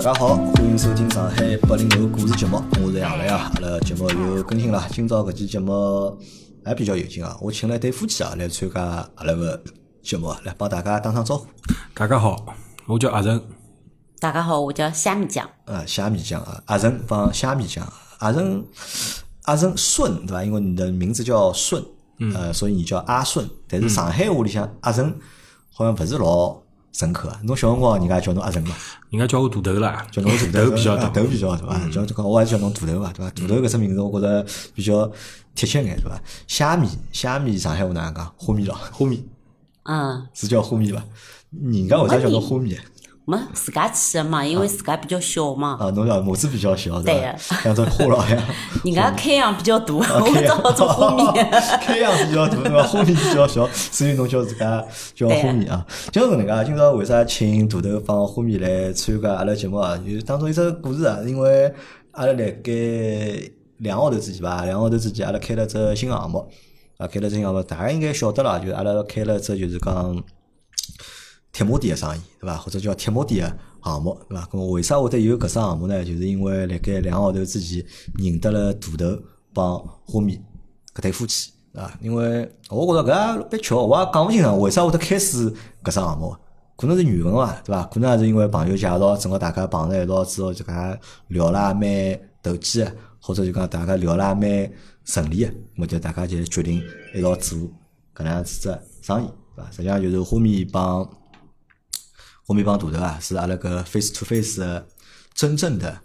家好，欢迎收听上海八零后故事节目，我是杨澜啊。阿拉节目又更新了，今朝搿期节目还比较有劲啊，我请了一对夫妻啊来参加阿拉个节目啊，来帮大家打声招呼。大家好，我叫阿成。大家好，我叫虾米酱。啊，虾米酱啊，阿成帮虾米酱，啊阿成阿成顺对伐？因为你的名字叫顺，呃，所以你叫阿顺。但是上海话里向阿成好像勿是老认可啊。侬小辰光人家叫侬阿成嘛，人家叫我大头啦，叫侬大头 比较大，大。啊头比较大对伐？叫这个我还是叫侬大头伐？对伐？大头搿只名字我觉着比较贴切眼对伐？虾米虾米上海话哪能讲？虾米咯，虾米嗯， 是叫虾米伐？人家为啥叫侬虾米啊？没自家起的嘛，因为自家比较小嘛，啊，侬讲母子比较小对对伐 啊？像只花哎老一样。人家开阳 比较大，我开只好做花米。 开阳比较大，对伐？花米比较小，所以侬叫自家叫花米啊。就是搿能介，今朝为啥请大头帮花米来参加阿拉节目啊？就是当中一只故事啊，因为阿拉辣盖两个号头之前吧，两个号头之前阿拉开了只新项目，啊，开了只新项目，大家应该晓得了，就是阿拉开了只就是讲。贴膜店的生意，对伐？或者叫贴膜店的项目，对伐？咁为啥会得有搿只项目呢？就是因为辣盖两个号头之前认得了大头帮花米搿对夫妻，啊，因为我觉着搿也蛮巧，我也讲勿清爽为啥会得开始搿只项目。可能是缘分伐，对伐？可能也是因为朋友介绍，正好大家碰在一道之后，就讲聊了也蛮投机的，或者就讲大家聊了也蛮顺利的，咾啊就大家就决定一道做搿能样子只生意，对伐？实际上就是花米帮我们一帮大头啊，是阿拉个 face to face 的真正的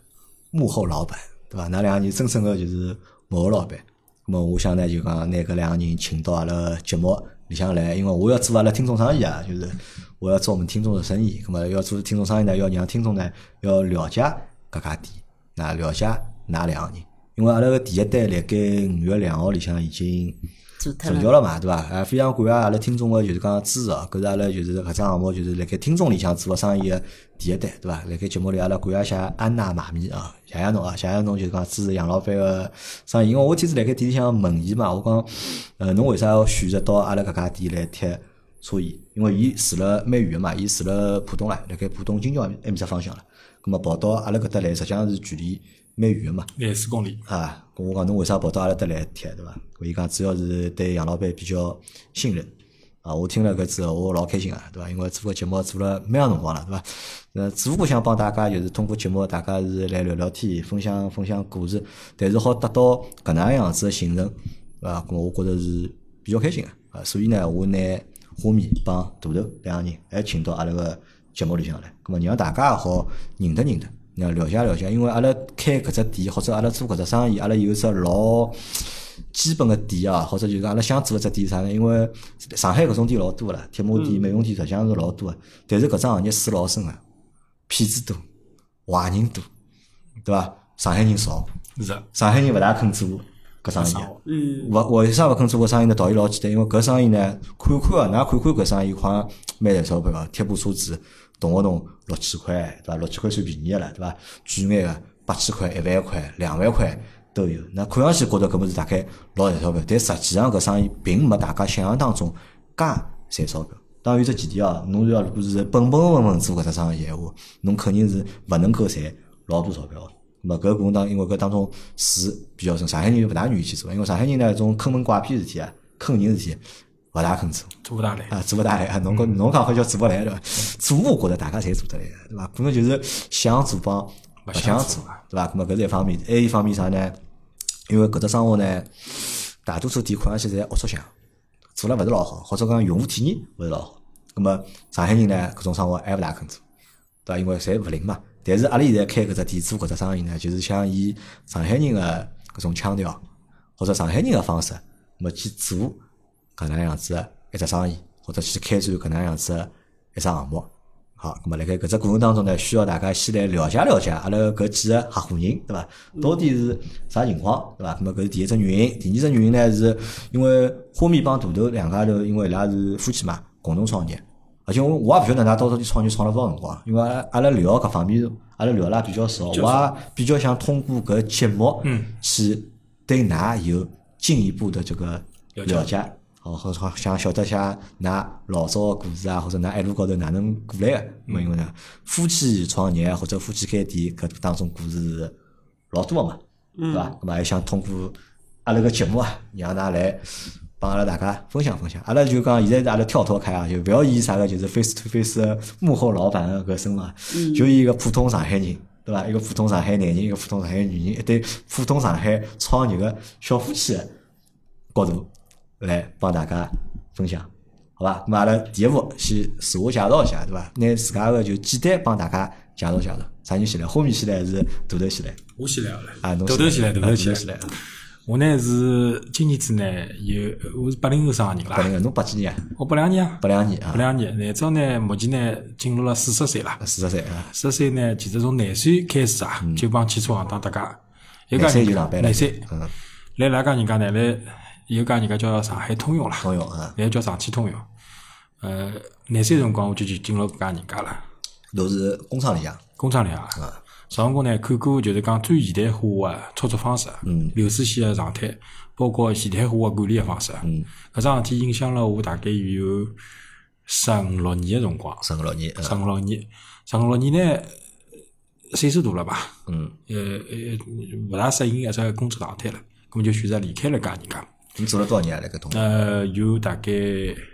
幕后老板，对吧？那两个人真正的就是幕后老板。那么我想呢，就讲拿搿两个人请到阿拉节目里向来，因为我要做阿拉听众生意啊，就是我要做我们听众的生意。那么要做听众生意呢，要让听众呢要了解搿家店，那了解哪两个人，因为阿拉个第一单辣盖五月两号里向已经。做脱成交了，了嘛，对伐？啊，非常感谢阿拉听众个就是讲支持啊，搿是阿拉就是搿只项目就是辣盖听众里向做个生意个第一单，对伐？辣盖节目里阿拉感谢一下安娜妈咪啊，谢谢侬啊，谢谢侬就是讲支持杨老板个生意，因为我天子辣盖店里向问伊嘛，我讲，呃，侬为啥要选择到阿拉搿家店来贴车衣？因为伊住了蛮远个嘛，伊住了浦东啦，辣盖浦东金桥埃面只方向了，葛末跑到阿拉搿搭来，实际上是距离蛮远个嘛。廿四公里，啊，跟我讲侬为啥跑到阿拉搭来贴，对伐？我伊讲主要是对杨老板比较信任。啊，我听了搿之后，我老开心啊，对伐？因为做个节目做了蛮长辰光了，对伐？呃，只不过想帮大家就是通过节目，大家是来聊聊天，分享分享故事，但是好达到搿能样子的形成，对伐？咾我觉着是比较开心个啊，所以呢，我拿花米帮大头两个人还请到阿拉个节目里向来，咾么让大家也好认得认得，让了解了解，因为阿拉开搿只店或者阿拉做搿只生意，阿拉有一只老基本个店啊，或者就是阿拉想做个只店是啥呢？因为上海搿种店老多个啦，贴膜店、美容店实际上是老多个，但是搿只行业水老深个，骗子多，坏人多，对伐？上海人少，是啊的上海人勿大肯做搿生意。嗯，勿为啥勿肯做搿生意呢？道理老简单，因为搿生意呢，看看啊，㑚看看搿生意好像蛮赚钞票个，贴部车子动勿动六千块，对伐？六千块算便宜个了，对伐？贵眼个八千块、一万块、两万块都有。那看上去觉得搿物事大概老赚钞票，但实际上搿生意并没大家想象当中介赚钞票。当然有只前提啊，侬要如果是本本分分做搿只生意闲话，侬肯定是勿能够赚老多钞票个。咁啊，搿过程当因为搿当中水比较深，上海人勿大愿意去做，因为上海人呢这种坑蒙拐骗事体啊、坑人事体勿大肯做。做不大来。啊，做勿大来啊！侬讲侬讲法叫做勿来对伐？做我觉着大家侪做得来，对伐？可能就是想做帮勿想勿想做做，对伐？咁么搿是一方面，还有一方面啥呢？因为搿只生活呢，大多数店看上去侪龌龊相，做了勿是老好，或者讲用户体验勿是老好。咁么上海人呢，搿种生活还勿大肯做。对伐？因为侪勿灵嘛。但是阿拉现在开搿只店做搿只生意呢，就是想以上海人个搿种腔调，或者上海人个方式，那么去做搿能样子的一只生意，或者去开展搿能样子的一只项目。好，那么辣盖搿只过程当中呢，需要大家先来了解了解阿拉搿几个合伙人，对伐？到底是啥情况，对伐？那么搿是第一只原因，第二只原因呢，是因为花米帮大头两家头，因为伊拉是夫妻嘛，共同创业。而且我啊我也勿晓得㑚到到底创业创了多少辰光，因为阿拉阿拉聊搿方面，阿拉聊了也比较少，我也比较想通过搿节目，嗯，去对㑚有进一步的这个了解了解，哦，很好想晓得一下㑚老早个故事啊，或者㑚一路高头哪能过来个？咾因为呢，夫妻创业或者夫妻开店搿当中故事老多个嘛，对伐？咾么也想通过阿拉个节目啊，让㑚来帮阿拉大家分享分享。阿拉就讲现在阿拉跳脱开啊，就勿要以啥个就是 face to face 的幕后老板个搿身份啊，就以一个普通上海人。对伐？一个普通上海男人，一个普通上海女人，一对普通上海创业个小夫妻的角度来帮大家分享，好伐？那么阿拉第一步先自我介绍一下，对伐？拿自家个就简单帮大家介绍介绍，啥人先来？后面先来还是大头先来？我先来好了啊，侬头头先来，头头头先先来。啊来。我呢是今年子呢有，我是八零后上海人八零啦，个，侬八几年啊？我八两年啊，八两年八啊？两年，难招呢目前呢进入了四十岁啦。四十岁啊？十岁呢，其实从廿岁开始啊，就帮汽车行当搭界。有家嗯廿岁人就家上班了廿岁，嗯，来哪家人家呢？来有家人家叫上海通用啦，通用啊，来叫上汽通用。呃，廿岁辰光我就就进入搿家人家了，侬是工厂里向，工厂里向啊。上辰光呢，看过就是讲最现代化的操作方式，流水线的状态，包括现代化的管理的方式。搿桩事体影响了我大概有十五六年的辰光。十五六年，嗯十五六年，十五六年呢，岁数大了吧？嗯，呃呃，勿大适应搿只工作状态了，咁么就选择离开了家人家。侬做了多少年啊？辣搿东厂？呃，有大概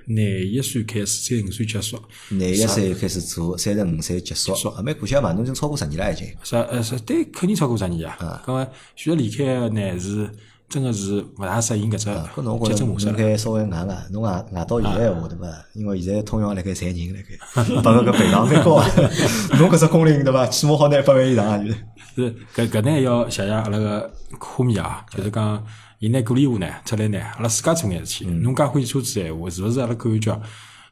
廿一岁开始，三十五岁结束，廿一岁开始做，三十五岁结束，啊，蛮可惜嘛，侬已经超过十年了已经。是呃是，对，肯定超过十年嗯啊。咁么选择离开的呢是，真个是勿大适应搿嗯搿侬觉只节着奏模侬式应了。该稍微硬硬，侬硬硬到现在闲话对伐？因为现在通用辣盖裁人辣盖，把搿个 赔偿蛮高啊。 侬搿只工龄对伐？起码好拿一百万以上啊，就是是搿搿呢要谢谢阿拉个花米啊，就是讲伊呢鼓励我呢出来呢，阿拉自家做眼事体。侬介欢喜车子闲话，是勿是阿拉感觉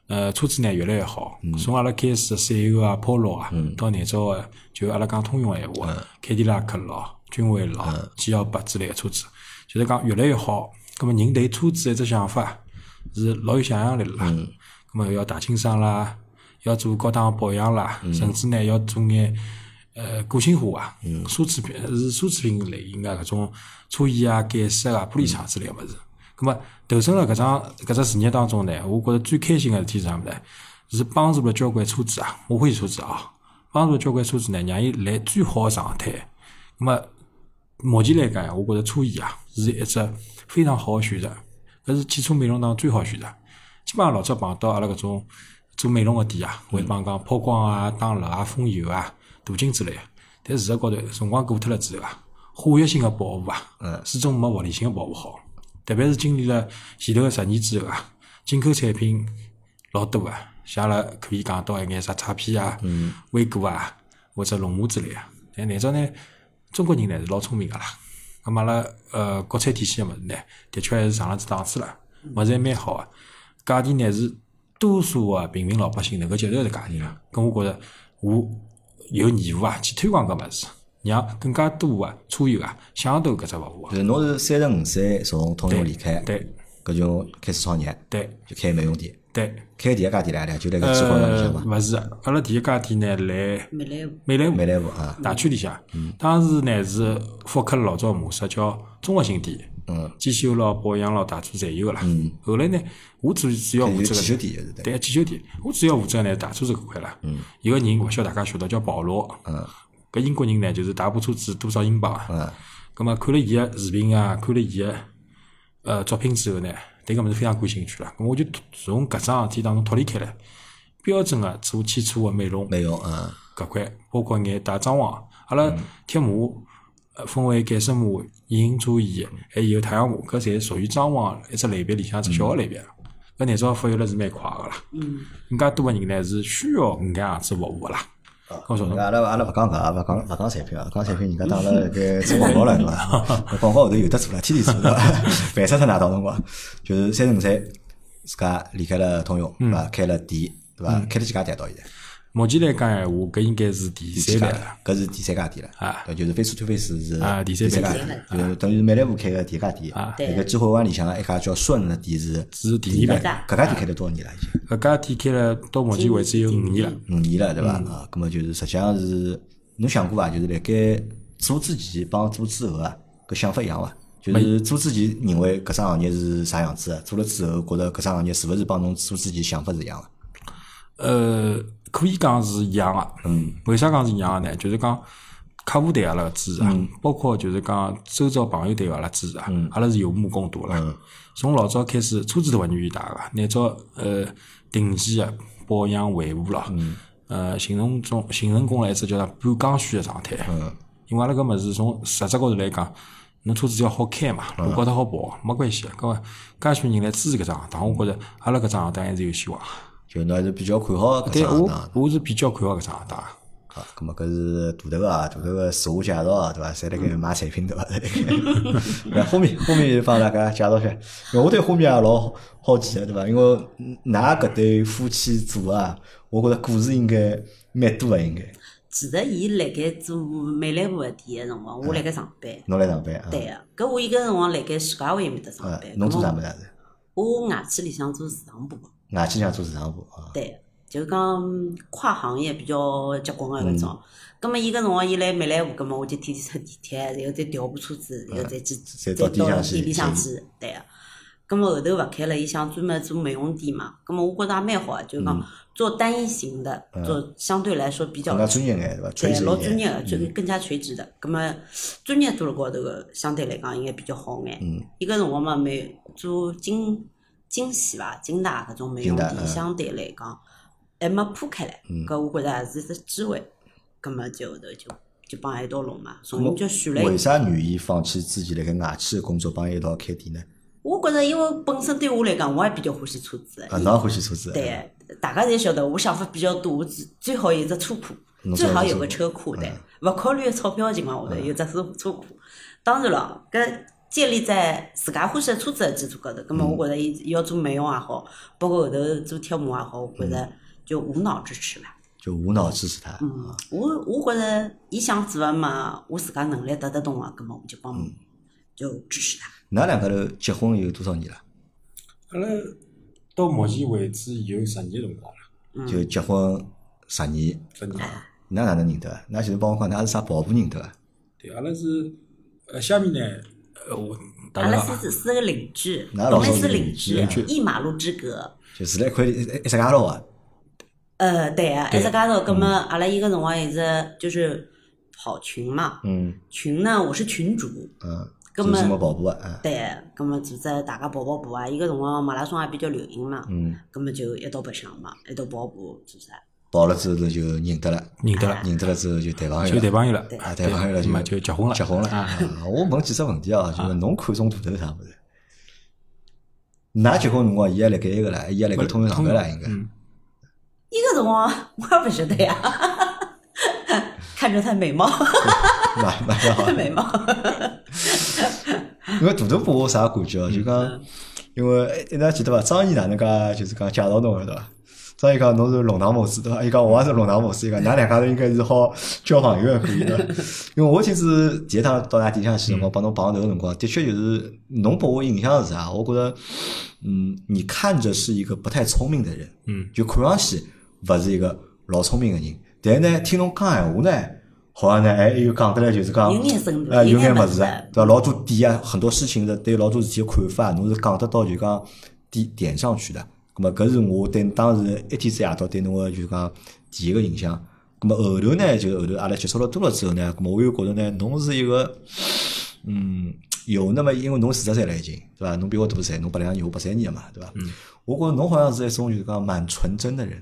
呃车子呢越来越好？从阿拉开始的赛欧啊、Polo 啊，到廿早个就阿拉讲通用闲话，凯迪拉克咯、君威咯、G L 八之类个车子，就是讲越来越好。葛末人对车子一只想法是老有想象力了啦。葛末要大清爽啦，要做高档保养啦，甚至呢要做眼呃个性化啊，奢侈品是奢侈品类型的搿种车衣啊、改色啊、玻璃厂之类个物事。咁么投身辣搿桩搿只事业当中呢，我觉着最开心个事体是啥物事呢？是帮助了交关车子啊，我欢喜车子啊，帮助了交关车子呢，让伊来最好个状态。咁啊么目前来讲呀，我觉着车衣啊是一只非常好的选择，搿是汽车美容当中最好的选择。基本上老早碰到阿拉搿种做美容个店啊，会帮讲抛光啊、打蜡啊、封油啊、镀金之类的。但事实高头，辰光过脱了之后啊，化学性个保护啊，始终没物理性个保护好。特别是经历了前头个十年之后啊，进口产品老多啊，像阿拉可以讲到一眼啥叉 P 啊、威果啊，或者龙马之类啊。但难道呢，中国人呢是老聪明个啦。那么阿拉呃国产体系个物事呢，的确还是上了只档次了，物事还蛮好个、价钿呢是多数个平民老百姓能够接受的价钿了。咁我觉着我有义务啊去推广搿物事，让更加多个车友啊享受到搿只服务啊。就是侬是三十五岁从通用离开，对搿就开始创业，对就开美容店，对，开第一家店来了，就辣盖珠江里呃向，嘛，勿是，阿拉第一家店呢来没来过，美莱美坞莱坞啊，大区里向，当时呢是复刻了老早个模式，叫综合性店。嗯，检修咯、保养咯、大车侪有个啦。后来呢，我主主要负有汽责个修店就是对，嗯对，汽修店，我主要负责呢大车子搿块啦。有个人勿晓得大家晓得叫保罗，搿英国人呢就是大部车子多少英镑嗯啊。葛末看了伊个视频啊，看了伊个呃作品之后呢，对搿物事非常感兴趣啦。咁我就从搿桩事体当中脱离开来，标准个做汽车个美容美容啊，搿块，包括眼大装潢，阿拉贴膜、呃分为改色膜、隐形座椅，还有太阳膜，搿侪属于装潢一只类别里向只小个类别。搿难招发育了是蛮快个啦。嗯，更加多个人呢是需要搿能介样子服务个啦。告诉侬，阿拉阿拉勿讲搿，勿讲勿讲产品啊，讲产品人家打了搿做广告了，对 伐？广告后头有得做了，天天做对伐？ 烦死脱哪到辰光，就是三十五岁，自家离开了通用，嗯对伐？开了店，对伐？开了几家店到现在？目前来讲闲话，搿应该是第几三家代店了。？搿是第三家店了，啊对，就是 face to face 是啊第三三家家店店，就是等于是美莱坞开个第一家店，对那个金华湾里向个一家叫顺的店是是第二代搿家店开了多少年了已经？搿家店开了到目前为止有五年了。五年了，对伐？嗯啊，葛么就是实际上是，侬想过伐？就是辣盖做之前帮做之后啊，搿想法一样伐？就是做之前认为搿桩行业是啥样子的，啊做了之后觉着搿桩行业是勿是帮侬做之前想法是一样啊的？呃，可以讲是一样的。嗯，为啥讲是一样的呢？就是讲客户对阿拉个支持啊，包括就是讲周遭朋友对阿拉支持啊，阿拉是有目共睹啦。从老早开始，车子都勿愿意打个，拿照呃定期个保养维护咯，呃，形成种形成功了一只叫啥半刚需个状态。嗯，因为阿拉搿物事从实质高头来讲。侬车子只要好开嘛，路高头好跑，没关系。搿么介许多人来支持搿只行当，我觉着阿拉搿只行当还是有希望。就侬还是比较看好搿对桩行我当的。我是比较看好搿只行当。好，啊咁么搿是大头啊，大头个自我介绍啊，对伐？侪辣盖嗯卖产品对伐？侪辣盖。 后面后面帮大家介绍一下，因为我对后面也老好奇个对伐？因为㑚搿对夫妻组啊，我觉着故事应该蛮多个，应该其实伊辣盖做美莱部个店个辰光，哎我辣盖上班。侬来上班啊？对个，搿我一个辰光辣盖徐家汇埃面搭上啊班。，侬做啥物咾事啊？是我外企里向做市场部。外企想做市场部啊？对，就讲跨行业比较结棍个搿嗯种。葛末伊搿辰光伊来美兰湖，葛末我就天天乘地铁，然后再调部车子，然后再去再再哎到店里到向去店里向寻去，对个。葛末后头勿开了，伊想专门做美容店嘛。葛末我觉着也蛮好个，就是嗯讲做单一型的，做相对来说比较更加专业眼对伐？垂对直呃老一嗯眼。专业个，就是更加垂直的。葛末专业度了高头个，相对来讲应该比较好眼。嗯伊搿辰光嘛，美做精精细伐，精大搿种美精容大店，嗯相对来讲还没铺开来，搿我觉着也是一只机会。葛末啊就后头就就帮伊一道弄嘛，从伊就选了伊为啥愿意放弃自己辣盖外企个工作，帮伊一道开店呢？我觉着，因为本身对我来讲，我也比较欢喜车子的。啊，侬也欢喜车子？啊，对，大家侪晓得，我想法比较多，我最最好有只车库侬，最最好好有有个只车库对，嗯勿考虑钞票的情况下头有只车车库。当然了，搿建立在自家欢喜的车子的基础高头，葛嗯末我觉着伊要做美容也好，包括后头做贴膜也好，我觉着就无脑支持吧。就无脑支持他。嗯，我我觉着伊想做个嘛，我自家能力达得动个，葛末我就帮嗯忙，就支持他。㑚两家头结婚有多少年了？阿拉到目前为止有十年辰光了，就结婚十年，十年了。㑚哪能认得啊？㑚前头帮我讲，㑚是啥跑步认得啊？对，阿拉是呃下面呢，呃我大阿家拉啊是是个邻居，哪本老来是是邻邻居居啊邻居，一马路之隔。就住在一块一一只街道啊，呃，对啊，对一只街道，葛么嗯阿拉伊个辰光也是就是跑群嘛，嗯群呢我是群主，嗯，葛做么什么跑步啊？啊，对，葛么组织大家跑跑步啊，伊个辰光马拉松也比较流行嘛，嗯，葛么就一道白相嘛，一道跑步做啥？跑了之后就认得了，认得了，认得了之后就谈朋友就谈了，朋友了，啊，啊谈朋友了对嘛就就结婚了，结婚了。啊。啊我问几只问题啊，就是侬看中大头啥物事？㑚结婚辰光，伊还辣盖一个啦，伊还辣盖通州上班啦，应 该。嗯伊个辰光 我也不晓得呀， 看着她 美貌，蛮蛮好。 美貌，因为大头拨我啥感嗯觉啊？就讲，因为哎一直记得伐？张毅哪能介就是讲介绍侬个对伐？张毅讲侬是弄堂模式对哎伐？伊讲我也是弄堂模式，伊讲㑚两家头应该是好交朋友的可以 对伐？因为我今次第一趟到㑚店里向去辰嗯光，帮侬碰头个辰光，的确就是侬拨我印象是啥？我觉着，嗯，你看着是一个不太聪明的人，嗯，就看上去勿是一个老聪明个人，但是呢，听侬讲闲话呢，好像呢，哎，又讲得来就是讲，有眼深度呃，有有眼眼物物事事啊，对伐？老多点啊，很多事情的对老多事体的看法，侬是讲得到就讲点点上去的。咁么，搿是我对当时一天子夜到对侬个就讲第一个印象。咁么后头呢，就后头阿拉接触了多了之后呢，咁么我又觉着呢，侬是一个。嗯，有那么，因为侬四十岁了已经，对伐？侬比我大岁，侬八两年，我八三年的嘛，对伐？我觉着侬好像是一种就是讲蛮纯真的人，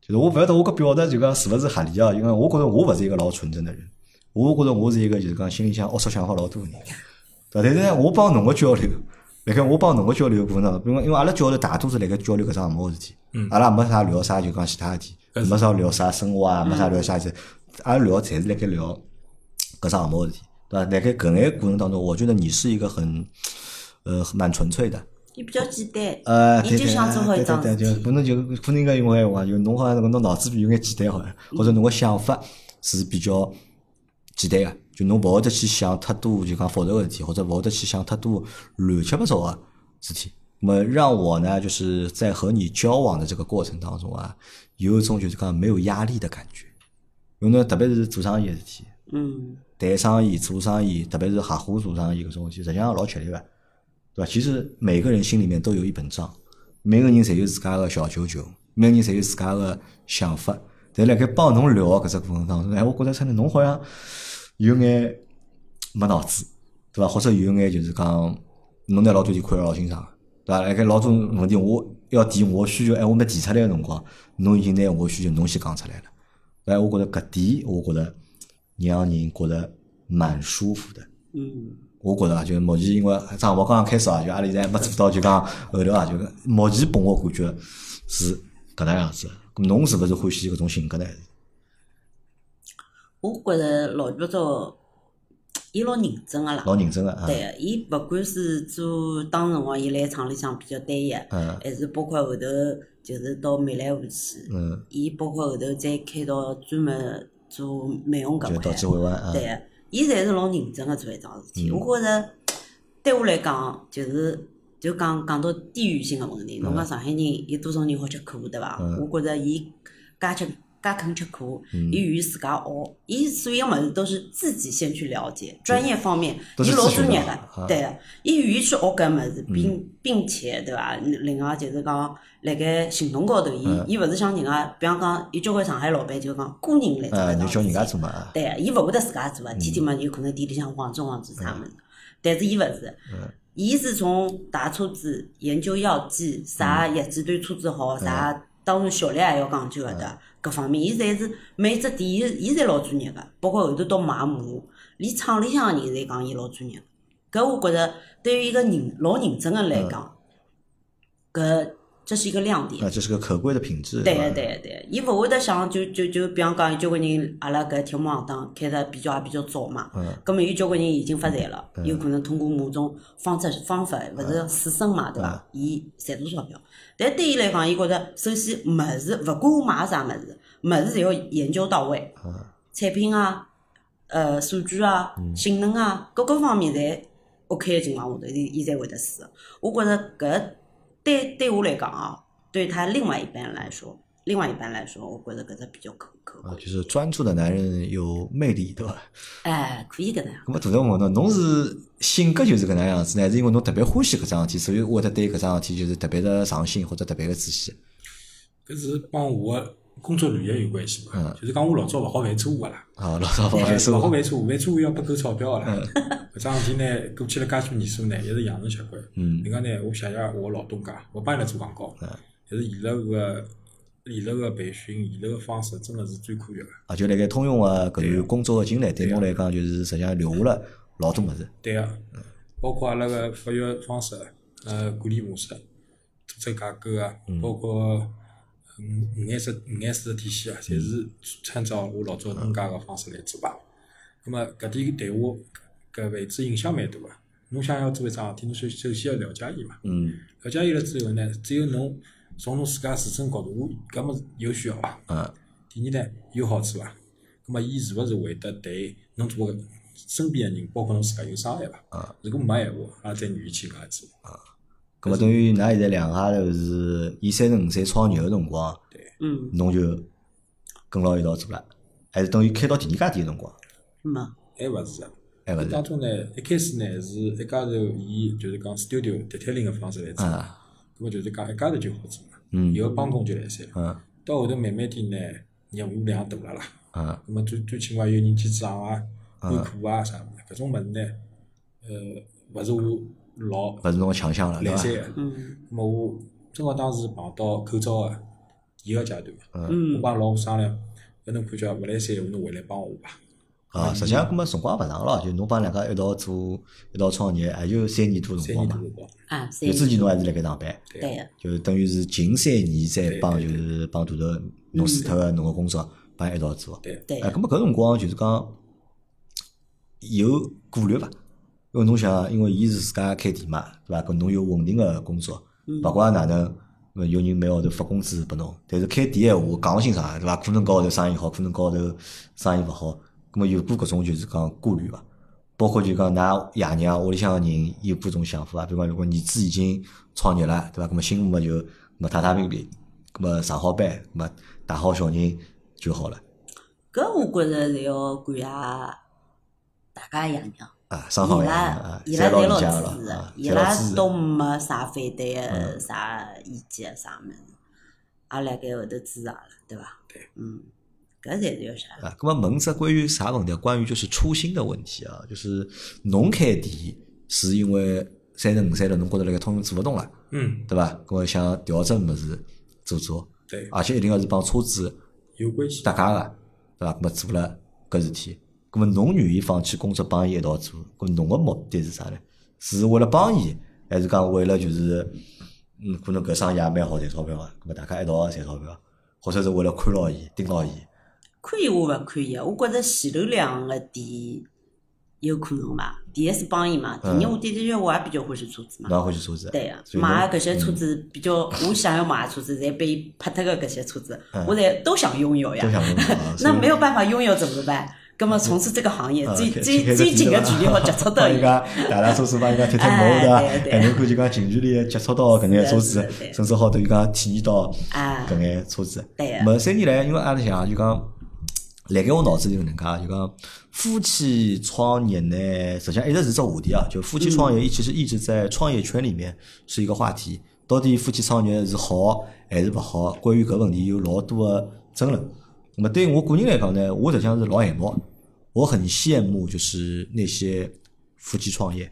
就是我勿晓得我搿表达就讲是勿是合理啊？因为我觉着我勿是一个老纯真的人，我觉着我是一个就是讲心里向龌龊想法老多的人，对伐？但是呢，我帮侬个交流，辣盖我帮侬个交流过程当中，因为因为阿拉交流大多是辣盖交流搿桩项目个事体，阿拉也没啥聊啥就讲其他事体，没啥聊啥生活啊，没啥聊啥事体，阿拉聊侪是辣盖聊。搿桩项目事体，对伐？辣盖搿眼过程当中，我觉得你是一个很，呃，蛮纯粹的。伊比较简单， 呃，你对就对想做好一对桩对对，事就体可能就可能应该用闲话，就侬好像搿侬脑子比有眼简单好像，或者侬个想法是比较简单个，就侬勿会得去想太多就讲复杂个事体，或者勿会得去想太多乱七八糟个事体。那么让我呢，就是在和你交往的这个过程当中啊，有一种就是讲没有压力的感觉。因为呢，特别是做生意个事体，嗯，谈生意、做生意，特别是合伙做生意搿种东西，实际上老吃力个，对伐？其实每个人心里面都有一本账，每个人侪有自家个小九九，每个人侪有自家个想法。但辣盖帮侬聊搿只过程当中，哎，我觉着真的侬好像有眼没脑子，对伐？或者有眼就是讲侬拿老多事体看得老清爽，对伐？辣盖老多问题我要提我需求，哎，我没提出来个辰光，侬已经拿我需求侬先讲出来了。哎，我觉着搿点，我觉着让人觉着蛮舒服的。嗯，我觉着啊，就是目前因为张我刚刚开始啊，就阿拉现在还没做到，就讲后头啊，就是目前拨我感觉是搿能样子的。咁侬是勿是欢喜搿种性格呢？我觉着老早早，伊老认真个啦。老认真个啊，对个，伊勿管是做当辰光伊来厂里向比较单一，嗯还是包括后头就是到米兰湖去，嗯，伊包括后头再开到专门做美容搿就导致块，会玩啊，对个，伊侪是老认真个做一桩事体。嗯我觉着对我来讲，就是就讲讲到地域性个问题，侬讲上海人有多少人好吃苦对伐？嗯我觉着伊介吃介肯吃苦，嗯伊愿意自家学，伊所有物事都是自己先去了解，专业方面都伊是老自学专业的啊个，对个，伊愿意去学搿物嗯事，并并且对伐？另外就是讲，辣盖行动高头，伊嗯伊勿是像人家，比方讲，有交关上海老板就讲雇人来做啊，搿就桩叫人家事体做嘛啊，对，伊勿会得自家做啊，天天嘛有可能店里向晃中晃西啥物事，但是伊勿是嗯，伊是从大车子研究药剂，啥嗯叶子对车子好，啥当然效率也要讲究个对嗯伐，各方面伊侪是每只店伊伊侪老专业个，包括后头到买马，连厂里向个人侪讲伊老专业个，搿我觉着对于一个人老认真个嗯来讲，搿这是一个亮点啊，。这是个可贵的品质，对伐个对个对个，伊勿会得想就就就比方讲，有交关人阿拉搿铁幕行当开得比较也比较早嘛，嗯咁么有交关人已经发财了，嗯有可能通过某种方式方法，勿是试身嘛，对伐？伊赚到钞票，但对伊来讲，伊觉着首先物事，勿管我买啥物事，物事侪要研究到位，啊，产品啊，呃，数据啊，性能啊，各个方面侪 OK 的情况下头，伊伊才会得试。我觉着搿对对我来讲啊，对他另外一半人来说，另外一半来说，我觉着搿只比较可可啊，贵。就是专注的男人有魅力，对伐？哎，可以搿能样。咁么，大头问侬，侬是性格就是搿能样子呢？还是因为侬特别欢喜搿桩事体，所以会得对搿桩事体就是特别的上心或者特别的仔细？搿是帮我的工作履历有关系嘛嗯？就是讲我老早勿好犯错误个啦，哎啊，老早勿勿好嗯说好犯错误，犯错误要拨够钞票个啦。搿桩事体呢，过去了介许多年数呢，一直养成习惯。嗯另外呢，我谢谢我老东家，我帮伊拉做广告嗯，就是伊拉个伊拉个培训，伊拉个方式真个是最科学个。啊，就辣盖通用个搿段工作个经历，对侬来讲就是实际上留下了老多物事。对个、包括阿拉个发育方式、呃管理模式、组织架构啊，包括嗯五颜色五颜色的体系啊，侪是参照我老早东家个方式来做吧。那么搿点对我搿位置影响蛮大个。侬想要做一桩事体，侬首首先要了解伊嘛。嗯了解伊了之后呢，只有侬从侬自家自身角度，我搿么有需要伐？啊第二呢，有好处伐？葛末伊是勿是会得对侬做个身边个人，包括侬自家有伤害伐？啊，如果没闲话，阿拉再愿意去搿样子。咁么等于㑚现在两家头是伊三十五岁超牛个辰光，嗯，侬就跟牢伊一道做了，还是等于开到第二家店个辰光，没，还勿是啊？还勿搿是当中呢，一开始呢是一家头以就是讲 studio detailing 个方式来做，葛啊末就是讲一家头就好做嘛，嗯有个帮工就来塞。嗯到后头慢慢点呢，业务量大了啦，啊葛末最最起码有人记账啊、嗯管库啊啥物事，搿种物事呢，呃，勿是我老勿是侬个强项了，对来塞伐？个。嗯那么我正好当时碰到口罩个第一个阶段嘛，我嗯帮老婆商量，搿侬看叫勿来三闲话，侬回来帮我吧。嗯啊，实际上，搿么辰光勿长了，就侬帮两家一道做一道创业，也就三年多辰三光嘛年多。辰光，啊，所就以之前侬还是辣盖上班，对啊对个，啊个，就是等于是近三年再帮对就对嗯是帮大头侬除脱个侬个工作帮伊一道做。对啊个，对啊哎，个咁，么搿辰光就是讲有顾虑伐？因为侬想，因为伊是自家开店嘛，对伐？搿侬有稳定个工作，勿管哪能，呃有人每号头发工资拨侬。但是开店闲话讲勿清爽，啊对伐？可能高头生意好，可能高头生意勿好。咁么有过搿种就是讲顾虑伐？包括就讲㑚爷娘屋里向个人有过种想法伐？比如讲，如果儿子已经创业了，对伐？咁么新妇嘛就啊么踏踏平平，咁么上好班，咁么带好小人就好了。搿我觉着是要感谢大家爷娘。啊，上好伊呀，拉啊伊侪拉老侪理老解支个咯，持啊，伊侪老拉支持都没啥反对个、嗯啥意见、啥物事，也辣盖后头支持阿拉，啊对伐？对，嗯，搿才是要啥？啊，那么问只关于啥问题啊？关于就是初心的问题啊，就是侬开店是因为三十五岁了，侬觉着辣盖通用做勿动了，嗯，对伐？搿么想调整物事做做，对，而且一定要是帮车子有关系。搭界个，对伐？搿么做了搿事体，搿么侬愿意放弃工作帮伊一道做，搿么侬个目的是啥呢？是为了帮伊，还是讲为了就是嗯，可能搿生意也蛮好赚钞票个，搿么大家一道赚钞票，或者是为了看牢伊、盯牢伊？看伊我勿看伊，我觉着前头两个店有可能伐？第一是帮伊嘛，第嗯二我的的确确我也比较欢喜车子嘛。侬也欢喜车子？对个、所以侬买搿些车子比较，我想要买的车子，侪被伊拍脱个搿些车子嗯，我侪都想拥有呀。，都想问侬啊 那没有办办法拥有怎么办？那么从事这个行业嗯最最最最近的距离和 接触到人一个，家大大车子帮人家贴贴膜哎伐？对还对能够就讲近距离地接触到搿眼车是子的是的对，甚至好等于讲体验到哎搿眼车子。对的没三年来，因为阿拉啊想就讲。辣盖我脑子里搿能介，就讲夫妻创业呢，实际上一直是只话题啊。就夫妻创业，其实一直在创业圈里面是一个话题。到底夫妻创业是好还是勿好？关于搿问题有老多个争论。那么对于我个人来讲呢，我实际上是老羡慕的，我很羡慕就是那些夫妻创业，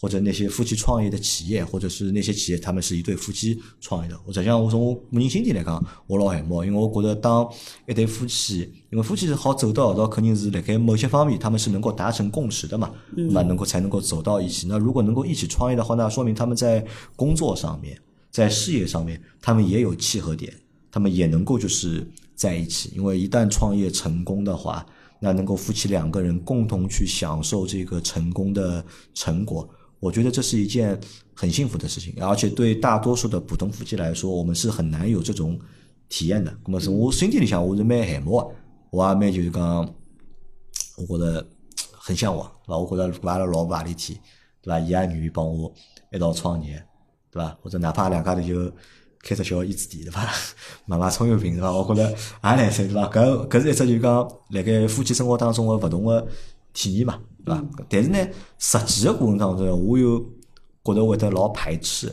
或者那些夫妻创业的企业，或者是那些企业，他们是一对夫妻创业的。我实际上，我从我个人心底来讲，我老羡慕，因为我觉得当一对夫妻，因为夫妻是好走到一道，肯定是辣盖某些方面他们是能够达成共识的嘛，那么能够才能够走到一起。那如果能够一起创业的话，那说明他们在工作上面，在事业上面，他们也有契合点，他们也能够就是在一起。因为一旦创业成功的话，那能够夫妻两个人共同去享受这个成功的成果，我觉得这是一件很幸福的事情。而且对大多数的普通夫妻来说，我们是很难有这种体验的。那么是我心底里想，我是蛮羡慕的，我也蛮就是讲。我觉得呃很向往，对伐？我觉得如果阿拉老婆阿里天，对伐？伊也愿意帮我一道创业，对伐？或者哪怕两家头就开只小燕子店，对 伐？卖卖葱油饼，对伐？我觉得也来塞，对伐？搿搿是一只就是讲辣盖夫妻生活当中个勿同个体验嘛，对伐？但是呢，实际个过程当中，我又觉得会得老排斥，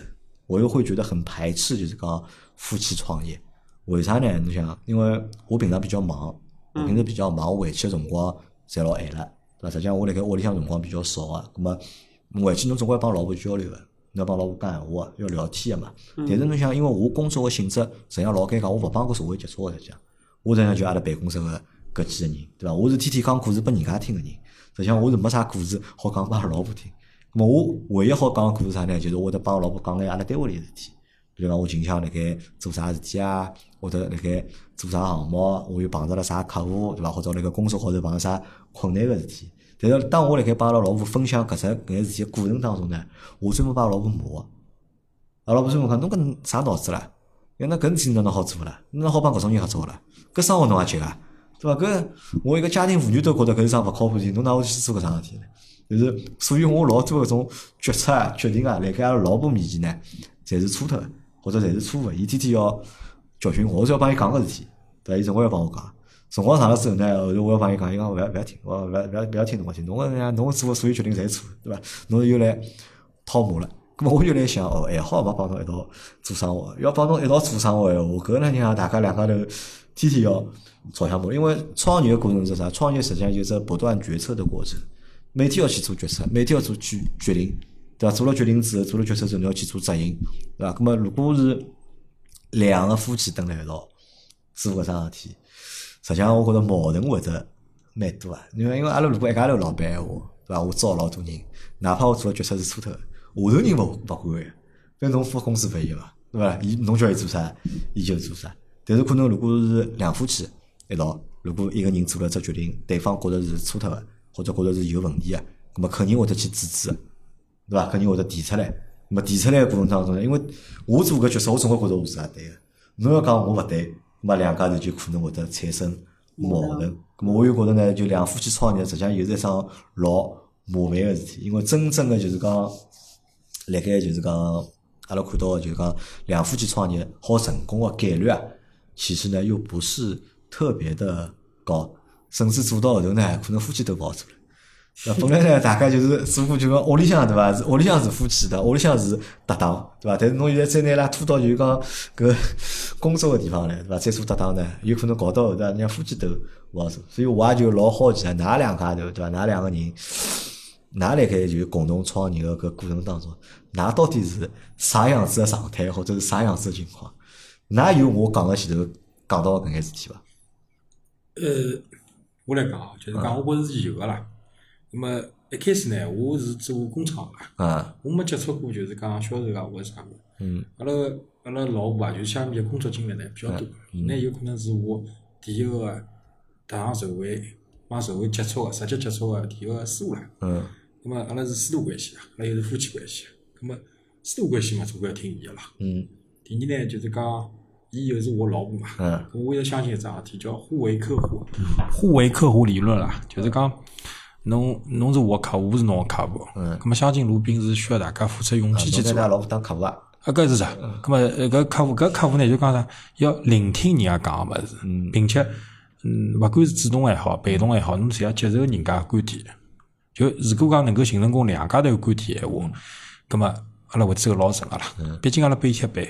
我又会觉得很排斥，就是讲夫妻创业。为啥呢？你想，因为我平常比较忙，我平时比较忙，我回去的辰光侪老晚了，对伐？实际上我辣盖屋里向辰光比较少啊。葛么回去侬总归要帮老婆交流个，侬要帮老婆讲闲话啊，要聊天个嘛。但是侬想，因为我工作个性质，实际上老尴尬，我勿帮搿社会接触个，实际上我实际上就阿拉办公室个搿几个人，对伐？我是天天讲故事拨人家听个人，实际上我是没啥故事好讲拨阿拉老婆听。咁么我唯一好讲个故事啥呢？就是我会得帮老婆讲眼阿拉单位里个事体，比如讲我近腔辣盖做啥事体啊，或者辣盖做啥项目，啊我又碰着了啥客户，对伐？或者辣盖工作高头碰着啥困难个事体。但是当我辣盖帮阿拉老婆分享搿只搿眼事体个过程当中呢，我专门帮阿拉老婆骂个。阿拉老婆专门讲侬搿啥脑子啦？哎，那搿事体哪能好做啦？哪能好帮搿种人合作啦？搿生活侬也急啊，对伐？搿我一个家庭妇女都觉得搿是桩勿靠谱事体，侬哪会去做搿桩事体呢？就是，所以我老多搿种决策啊、决定啊，辣盖阿拉老婆面前呢，侪是错脱的，或者侪是错误的。伊天天要教训我，我是要帮伊讲搿事体，对伐？伊总归要帮我讲。辰光长了之后呢，后头我要帮伊讲，伊讲勿要勿要听，哦我勿要勿要勿要听侬个去，侬个哎呀，侬做个所有决定侪是错的，对伐？侬又来套马了。咁么我就来想，哦，还好没帮侬一道做生活，要帮侬一道做生活闲话，搿能让大家两家头天天要吵相骂。因为创业过程是啥？创业实际上就是不断决策的过程，每天要去做决策，每天要做决决定，对伐？做了决定之后，做了决策之后，侬要去做执行，对伐？咁么如果是两个夫妻蹲辣一道做搿桩事体，实际上我觉着矛盾会得蛮多啊。因为因为阿拉如果一家头老板闲话，对伐？我招老多人，哪怕我做个决策是错脱个，下头人勿勿管个，反正侬发工资拨伊个嘛，对伐？伊侬叫伊做啥，伊就做啥。但是可能如果是两夫妻一道，如果一个人做了只决定，对方觉着是错脱个，或者觉着是有问题个，葛么肯定会得去制止个。对伐？肯定会得提出来。那么提出来的过程当中呢，因为我做搿决策，我总归觉着我是也对个。侬要讲我勿对，那么两家头就可能会得产生矛盾。那么我又觉着呢，就两夫妻创业，实际上又是一桩老麻烦个事体，因为真正个就是讲。辣盖就是讲，阿拉看到的就是讲两夫妻创业好成功的概率啊，其实呢又不是特别的高。甚至做到后头呢，可能夫妻都不好做了。那本来呢，大家就是似乎就讲屋里向对伐？是屋里向是夫妻的，屋里向是搭档对伐？但是侬现在再拿伊拉拖到就是讲搿工作个地方来对伐？再做搭档呢，有可能搞到后头人家夫妻都勿好做。所以我也就老好奇啊，㑚两家头对伐？㑚两个人，㑚辣盖就是共同创业个搿过程当中，㑚到底是啥样子个状态，或者是啥样子个情况？㑚有我讲个前头讲到搿眼事体伐？呃，我来讲哦，就是讲我觉着是有个啦。那么一开始呢，我是做工厂个啦，啊，我没接触过就是讲销售啊或者啥物事。嗯阿拉阿拉老婆啊，就是相比工作经历呢比较嗯多，伊呢有可能是我第一个踏上社会、帮社会接触个、直接接触个第一个师傅啦。嗯那么阿拉是师徒关系啊，阿拉又是夫妻关系啊。那么师徒关系嘛，总归要听伊个啦。嗯第二呢，就是讲，伊又是我老婆嘛，嗯我一直相信一桩事体，叫互为客户，啊互为客户理论啦，就是讲，侬侬是我客户，我是侬的客户，嗯咁么相敬如宾是需要大家付出用侬积极拿做㑚老婆当客户啊？啊，搿是啥？咁么呃搿客户搿客户呢，就讲啥？要聆听人家讲个物事，并且，嗯，勿管是主动也好，被动也好，侬侪要接受人家的观点。就如果讲能够形成共两家头有观点闲话，咁么阿拉会走老顺个啦。毕竟阿拉背贴背，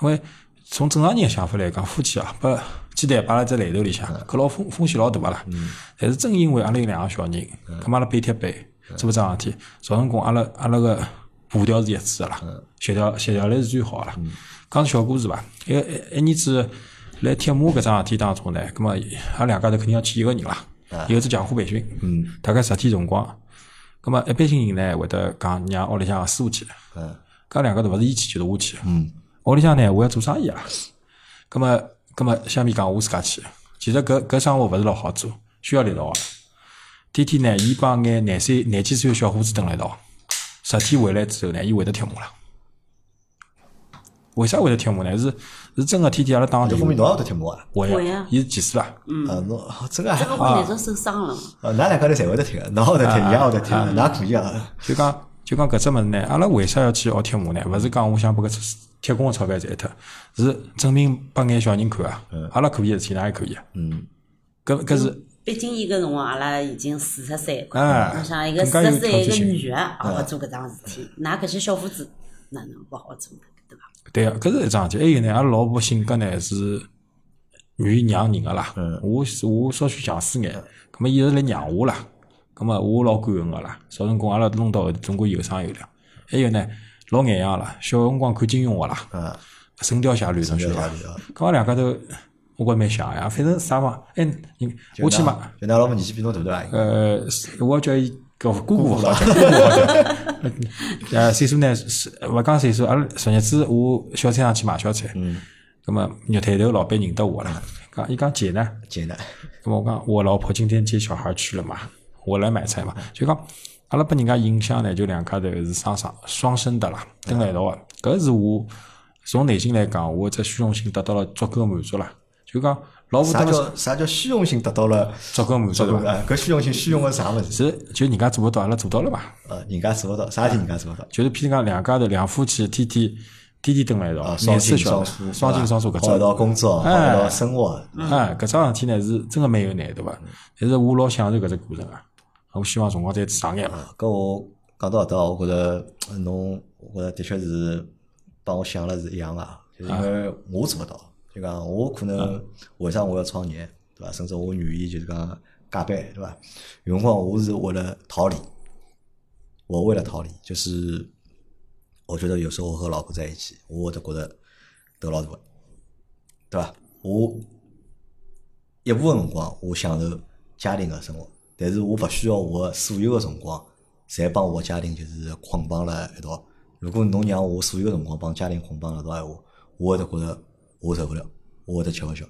因为从正常人的想法来讲，夫妻啊，把鸡蛋摆辣只篮头里向，搿老风风险老大个啦。但是正因为阿拉有两个小人，咁么阿拉背贴背做搿桩事体，造成功阿拉阿拉个步调是一致个啦，协调协调力是最好个啦。讲小故事伐，一个一一年子来贴膜搿桩事体当中呢，咁么阿拉两家头肯定要去一个人啦，有只强化培训，大概十天辰光。咁么一般性人呢会得讲让屋里向个师傅去，嗯搿两个头勿是伊去就是我去。屋里向呢我要做生意啊，咁么咁么下面讲我自家去，其实搿搿生活勿是老好做，需要力道个。天天呢，伊帮眼廿岁廿几岁个小伙子蹲辣一道，十天回来之后呢，伊会得贴膜了。为啥会得贴膜呢？是是真个天天阿拉打这电方话面，侬也得听我啊？会会啊啊，伊是技师啦。啊，侬哦真个啊这个我难道受伤了嘛？哦，哪两家头侪会得听，侬也会得听，伊也会得听，㑚可以啊。就讲就讲搿只物事呢，阿拉为啥要去学贴膜呢？勿是讲我想把搿只铁工个钞票赚脱，是证明拨眼小人看啊，阿拉可以的事体，㑚也可以啊。嗯搿搿是毕竟伊搿辰光阿拉已经四十岁了，哎侬想一个更四加有十岁挑一个战性女的也好做搿桩事体，㑚搿些小伙子哪能勿好做对伐？对个，搿是一桩事体。还有呢，阿拉老婆性格呢是愿意让人个啦。嗯我是我稍许强势眼，葛末伊是来让我啦。葛末我老感恩个啦。造成功阿拉弄到后头总归有商有量。还有呢，老眼样啦，小辰光看金庸个啦，啊， 《嗯神雕侠侣》侬晓有得伐道？理啊。搿我两家头，我觉蛮像呀。反正啥嘛，哎，你我去买，就㑚老婆年纪比侬大对伐？呃，是我叫伊搿姑姑勿好叫，姑姑勿好叫。 呃，岁数呢是勿讲岁数，阿拉昨日子我小菜场去买小菜，嗯，葛么肉摊头老板认得我了，讲伊讲姐呢，简单，葛么我讲我老婆今天接小孩去了嘛，我来买菜嘛，就讲阿拉拨人家印象呢，就两家头是双双双生的啦，蹲辣一道个，搿是我从内心来讲，我只虚荣心得到了足够满足啦，就讲老婆啥蹲了叫啥叫虚荣心得到了？足够满足对伐？啊，搿虚荣心虚荣个啥物事？是就人家做不到，阿拉做到了嘛。呃，人家做勿到，啥事体人家做勿到。就是譬如讲两家头两夫妻天天天天蹲辣一道啊，，双廿四进小双时出，双进双出对搿伐好一道种。工作，好哎一道生活。哎，搿桩事体呢是真个蛮有难度伐？但是我老享受搿只过程啊，我希望辰光再长眼伐。搿啊我讲到搿搭，我觉着呃侬，我觉着的确是帮我想了是一样个，就是因为我做勿到，就讲我可能为啥我要创业，对伐？甚至我愿意就是讲加班，对伐？有辰光我是为了逃离，我为了逃离，就是我觉得有时候我和老婆在一起，我会得觉得头老大的，对伐？我一部分辰光我享受家庭个生活，但是我勿需要我所有个辰光侪帮我家庭就是捆绑辣一道。如果侬让我所有个辰光帮家庭捆绑辣一道闲话，我会得觉着我受勿了，我会得吃勿消。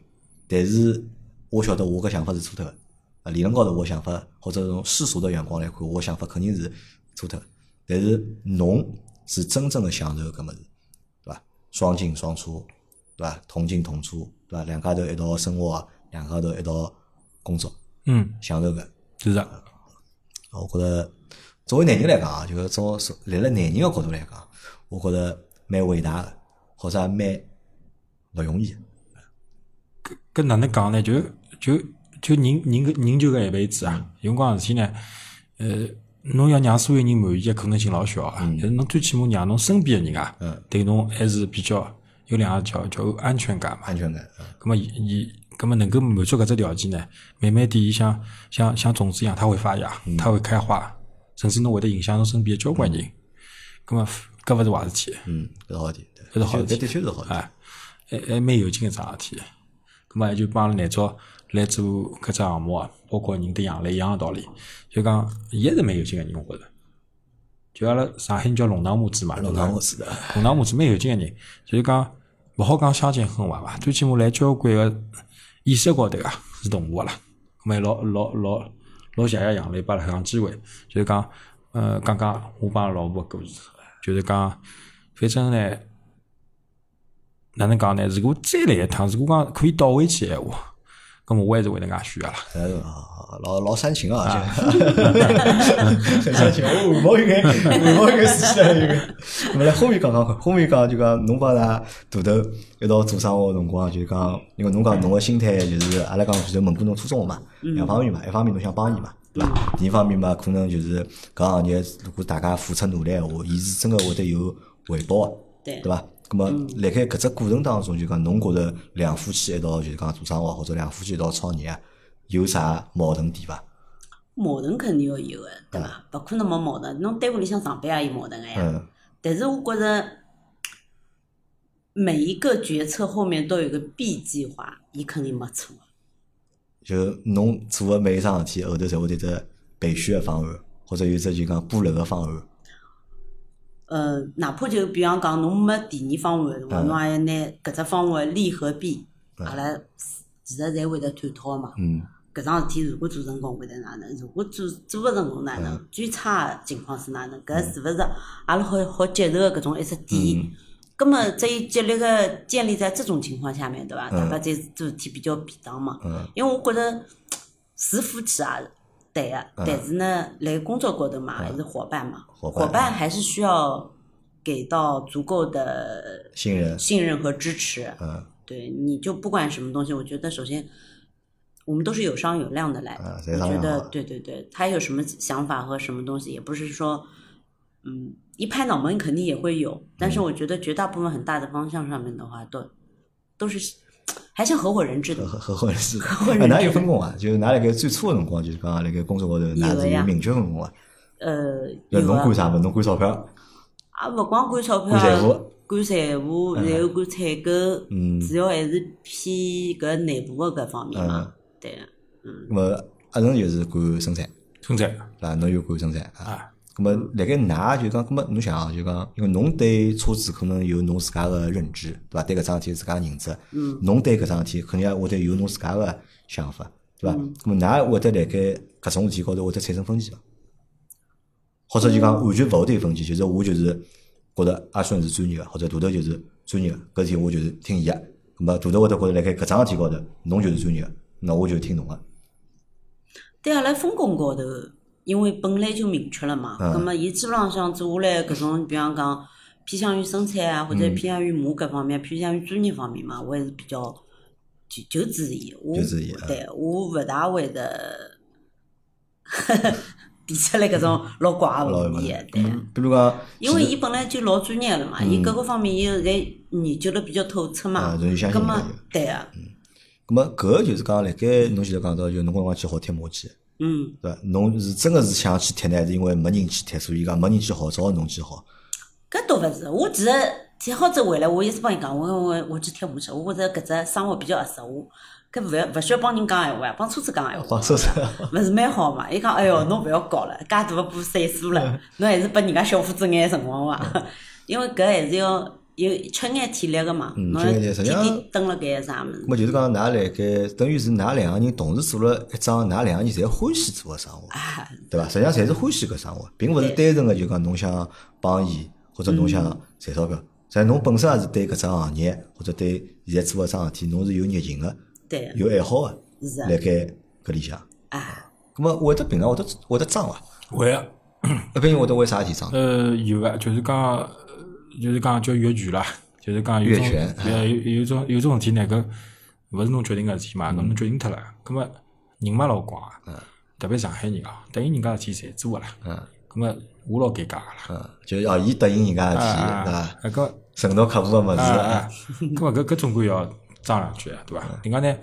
但是我晓得我搿想法是错脱个，啊，理论高头我想法或者从世俗的眼光来看，我想法肯定是错脱个。但是侬是真正的享受搿物事，对伐？双进双出，对伐？同进同出，对伐？两家头一道生活，两家头一道工作，嗯，享受搿。是的，我觉着作为男人来讲啊，就是从立了男人个角度来讲，我觉着蛮伟大个，或者也蛮勿容易的。搿哪能讲呢？就就就人人个人就搿一辈子啊，嗯有辰光事体呢，呃，侬要让所有人满意，可能性老小嗯啊。但是侬最起码让侬身边个人啊，对侬还是比较有两个叫叫安全感嘛。安全感。嗯咁么伊伊，咁么能够满足搿只条件呢，慢慢地伊像像像种子一样，它会发芽，它会开花，甚至侬会得影响侬身边的交关人。咁么搿勿是坏事体。嗯，搿是好点，对嗯搿是好事体搿的确是好点。哎，还还蛮有劲个桩事体。咁么也就帮阿拉难早来做搿只项目啊，包括人对杨澜一样个道理，就讲伊还是蛮有劲个人，我觉着。就阿拉上海人叫弄堂母子嘛，弄堂我是的，弄堂母子蛮有劲个人，就是讲勿好讲相见恨晚伐，最起码来交关个意识高头啊是同步个啦。咁么老老老老谢谢杨澜拨阿拉搿样机会，就是讲呃讲讲我帮阿拉老婆个故事，就是讲反正呢。哪能讲呢？如果再来一趟，如果讲可以倒回去的闲话，咁么我还是会得外选个啦。哎呦啊老老煽情啊，而且很煽情。我回报一个，回报一个事体啊，一个。我们来后面讲讲看，后面讲就讲侬帮㑚大头一道做生活个辰光，就是讲，因为侬讲侬个心态就是阿拉讲就是问过侬初衷嘛，两方面嘛，一方面侬想帮伊嘛，嗯对伐？另一方面嘛，可能就是搿行业如果大家付出努力个话，伊是真个会得有回报个。对对伐？咁么，嗯辣盖搿只过程当中，就讲侬觉着两夫妻一道就是讲做生活，或者两夫妻一道创业啊，有啥矛盾点伐？矛盾肯定要有的，对伐？勿可能没矛盾。侬单位里向上班也有矛盾个呀。嗯但是我觉着，每一个决策后面都有个 B 计划，伊肯定没错的。就侬做个每一桩事体后头，侪会得只备选个方案，或者有只就讲补漏个方案。呃，哪怕就比方讲，侬没第二方案，对伐？嗯侬也要拿搿只方案利和弊，嗯阿拉其实侪会得探讨的嘛。嗯搿桩事体如果做成功会得哪能？如果做做勿成功哪能？嗯最差的情况是哪能？搿是勿是阿拉好好接受的搿种一只嗯点？葛末只有建立个建立在这种情况下面，对伐？大嗯家才做事体比较便当嘛。嗯因为我觉着是夫妻也是对个，嗯但是呢，辣工作高头嘛，还是伙伴嘛，伙伴伙伴还是需要给到足够的新人，信任和支持。嗯对，你就不管什么东西，我觉得首先我们都是有商有量的来啊的。谁我商觉量好得啊对对对，他有什么想法和什么东西，也不是说嗯一拍脑门肯定也会有，但嗯是我觉得绝大部分很大的方向上面的话，都都是还是合伙人制的合。合伙人是。伙人啊哪有分工啊？就是㑚辣盖最初个辰光，就是讲辣盖工作高头，㑚有是的有呀明确分工个。呃，就有侬管啊，啥物事？侬管钞票。啊，勿光管钞票管财啊务，管财务，然后管采购，嗯主要还是偏搿内部个搿方面嗯嘛。对，啊咁么，阿成就是管生产。生产对伐？侬又管生产啊。啊，咁么，辣盖㑚就讲，咁么侬想啊，就讲，因为侬对车子可能有侬自家个认知，对伐？对搿桩事体有自家个认知，嗯，侬对搿桩事体肯定也会得有侬自家个想法，对伐？嗯咁么，㑚会得辣盖搿种事体高头会得产生分歧伐？或者就讲嗯完全勿会得有分歧，就是我就是觉得阿顺是专业个，或者大头就是专业个，搿事体我就是听伊个。咁么，大头会得觉得辣盖搿桩事体高头，侬就是专业个，那我就听侬哦个。对啊阿拉分工高头，因为本来就明确了嘛，嗯葛末伊基本浪向做下来搿种，比方讲偏向于生产啊，嗯或者偏向于马搿方面，偏向于专业方面嘛，我还是比较就就支持伊，我就支持伊啊对我勿大会 得提出来搿种老怪个嗯老有问问题题的，对。啊比如讲，因为伊本来就老专业了嘛，伊各个方面伊侪研究了比较透彻嗯啊嘛，就是相信嗯葛末伊的对啊，咁么搿个就是讲，辣盖侬前头讲到，就侬搿辰光去好踢马去，嗯，对伐？侬是真个是想去踢呢，还是因为没人去踢，所以讲没人去好，只好侬去好。搿倒勿是，我其实提好之回来，我一直帮伊讲，我我我去贴膜去，我觉着搿只生活比较合适我，搿勿要勿需要帮人讲闲话，帮车子讲闲话，话说是，勿是蛮好嘛？伊讲，哎哟，侬勿要搞了，介大个把岁数了，侬还是拨人家小伙子眼辰光伐？因为搿还是要有吃眼体力个嘛，嗯侬吃要眼体力天实际上天蹲辣搿啥物事咁。么就是讲，㑚辣盖等于是㑚两个人同时做了一桩㑚两个人侪欢喜做个生活，啊对伐？实际上侪是欢喜搿生活，并勿是单纯个就讲侬想帮伊，或者侬想赚钞票。实际上侬本身也是对搿只行业，或者对现在做搿桩事体，侬是有热情个，对，有爱好个，是辣啊盖搿里向。啊。咁么会得平常会得会得装伐？会啊。一般人会得为啥体装？呃，有个就是讲，呃就是讲叫越权啦，就是讲有种越权呃有有种有种事体呢，搿勿是侬决定个事体嘛，搿侬决定脱了，葛末人脉老广啊，特别上海人啊，答应人家事体侪做个啦。嗯，咁么我老尴尬个啦。嗯，就是哦，伊答应人家事体，对啊伐？，搿个承诺客户个物啊事， 啊，搿么搿搿总归要争两句啊，对伐？另外呢，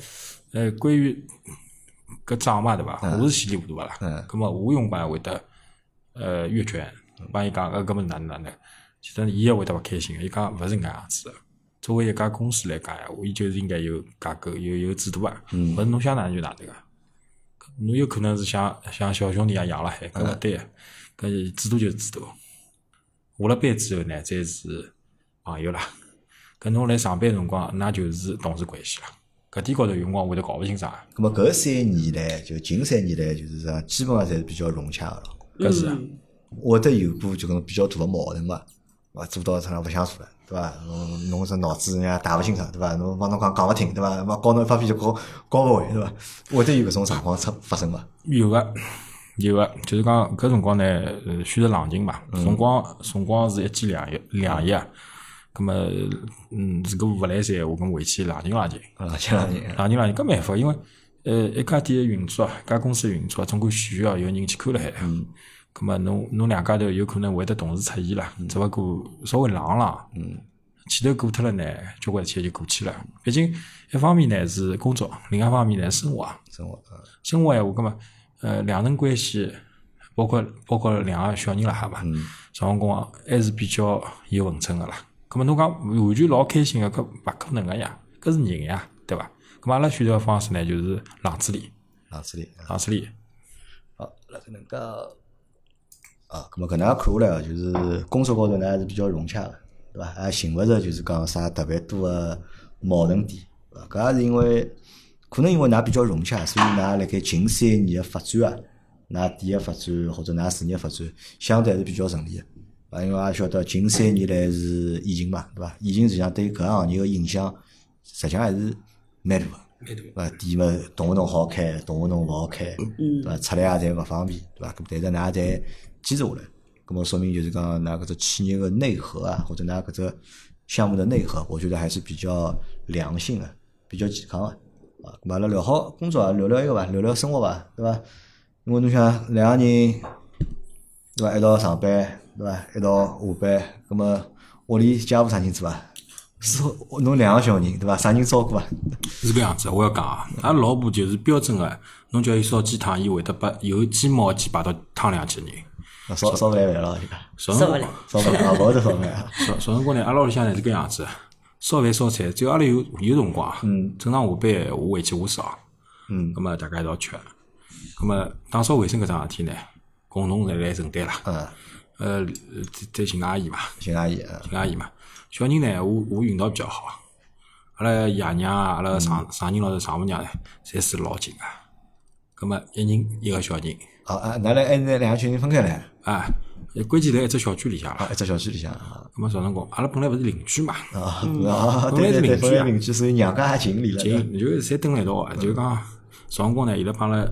呃，关于搿账嘛，对伐？我是稀里糊涂个啦。嗯咁么我用嘛会得呃越权，帮伊讲呃搿搿么哪能哪能，其实伊也会得勿开心的，伊讲勿是搿能样子的。作为一家公司来讲闲话，伊就是应该有架构，有有制度啊，勿是侬想哪能就哪能个。啊侬有可能是像像小兄弟一样养辣海，搿勿对啊，搿制度就是制度。下了班之后呢，再是朋友啦。搿侬来上班辰光，那就是同事关系啦。搿点高头有辰光会得搞勿清爽啊，咁么搿三年来，就近三年来，就是啥，基本上侪是比较融洽个咯。搿是啊。嗯，会得有过就搿种比较大个矛盾嘛，啊，做到啥能勿想做了，对伐？侬侬这脑子人家打勿清爽，对伐？侬帮侬讲讲勿听，对伐？往教侬一方面就教教勿会，对伐？会得有搿种情况出发生嘛？有个，有个，就是讲搿辰光呢，呃，虚实冷静嘛，辰光辰光是一季两夜两夜啊。葛么，嗯，如果勿来三，我跟回去冷静冷静，啊，前两年，冷静冷静，搿没办法，因为呃，一家店个运作啊，一家公司个运作啊，总归需要有人去看辣海。嗯。葛么，侬侬两家头有可能会得同时出现啦，只勿过稍微冷冷。嗯。前头过脱了呢，交关事体就过去了。毕竟一方面呢是工作，另外一方面呢生活啊。生活，啊生活闲话，搿么呃两人关系，包括包括两个小人辣海嘛，上辰光还是比较有分寸个啦。搿么侬讲完全老开心个，搿勿可能个呀，搿是人呀，对伐？搿么阿拉选择个方式呢，就是冷处理，脑子里。啊冷处理。好，辣搿能介，啊，咁么搿能介看下来啊，就是工作高头呢还是比较融洽个，对伐？也寻勿着就是讲啥特别多个矛盾点，对伐？搿也是因为可能因为㑚比较融洽，所以㑚辣盖近三年个发展啊，㑚店个发展或者㑚事业发展相对还是比较顺利个。啊，因为也晓得近三年来是疫情嘛，对伐？疫情实际上对搿个行业个影响，实际上还是蛮大个。蛮大对伐？店么动勿动好开，动勿动勿好开，对伐？出来也侪勿方便，对伐？咁但是㑚侪坚持下来，咁么说明就是讲㑚搿只企业个内核啊，或者㑚搿只项目的内核，我觉得还是比较良性的、比较健康的啊。咁阿拉聊好工作啊，聊聊一个伐，聊聊生活伐，对伐？因为侬想两个人对伐，一道上班对伐，一道下班，咁么屋里家务啥人做啊？是侬两个小人对伐？啥人照顾啊？是搿样子，我要讲啊，阿拉老婆就是标准个，侬叫伊烧鸡汤，伊会得把有鸡毛鸡摆到汤里向去人。那 烧烧饭饭了，就讲少受不了。烧饭啊，勿会得烧饭啊。 小小辰光呢，阿拉屋里向呢是搿样子，烧饭烧菜，只要阿拉有有辰光啊，正常下班我回去我烧，嗯，葛末大家一道吃，葛末打扫卫生搿桩事体呢，共同来来承担啦，嗯，呃，再再寻阿姨嘛，寻阿姨啊，寻阿姨嘛，小人呢，我我运道比较好，阿拉爷娘啊，阿拉嗯上上人老头丈母娘呢，侪是老紧个，葛末一人一个小人，啊啊，拿来还拿两个群人分开来啊，关键在一只小区里向啦，啊，一只小区里向啊葛末小辰光，阿拉本来勿是邻居嘛。啊啊，本来对对对，是邻居啊本来邻居，所以娘家也近里了。就就是侪蹲辣一道啊，就是讲上光呢，伊拉帮阿拉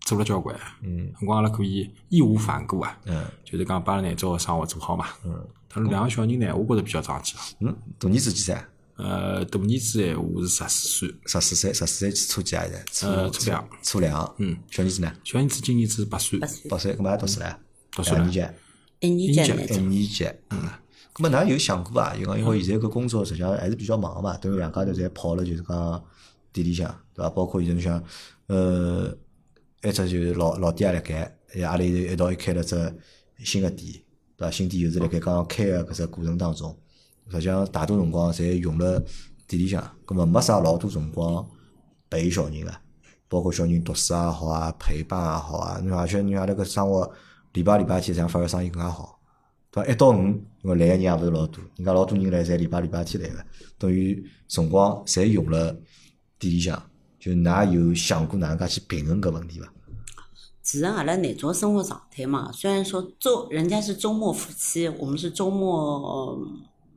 做了交关，嗯，辰光阿拉可以义无反顾啊，嗯就是讲帮阿拉拿早个生活做好嘛，嗯，但是两个小人呢，我觉着比较争气啊，嗯，大儿子几岁啊？呃，大儿子闲话是十四岁，十四岁，十四岁初几啊？现在呃初初两，初两。嗯，小儿子呢？小儿子今年子八岁八，岁，八岁，搿么也读书了？嗯读书了两年级。一年级那一种，嗯年级，嗯，咁么，㑚有想过伐？就讲因为现在搿工作实际上还是比较忙嘛，对伐？两家头侪跑了，就是讲店里向，对伐？包括现在侬想，呃，一只就是老老店也辣盖，也阿拉现在一道又开了只新个店，对伐？新店又是辣盖刚刚开个搿只过程当中，实际上大多辰光侪用了店里向，咁么没啥老多辰光陪小人了。包括小人读书也好啊，陪伴也好啊，侬而且侬阿拉搿生活礼拜礼拜天，实际上反而生意更加好。对伐？一到五，因为来个人也勿是老多，人家老多人来，侪礼拜礼拜天来个，等于辰光侪用了店里向。就㑚有想过哪能介去平衡搿问题伐？其实啊阿拉那种生活状态嘛，虽然说周人家是周末夫妻，我们是周末嗯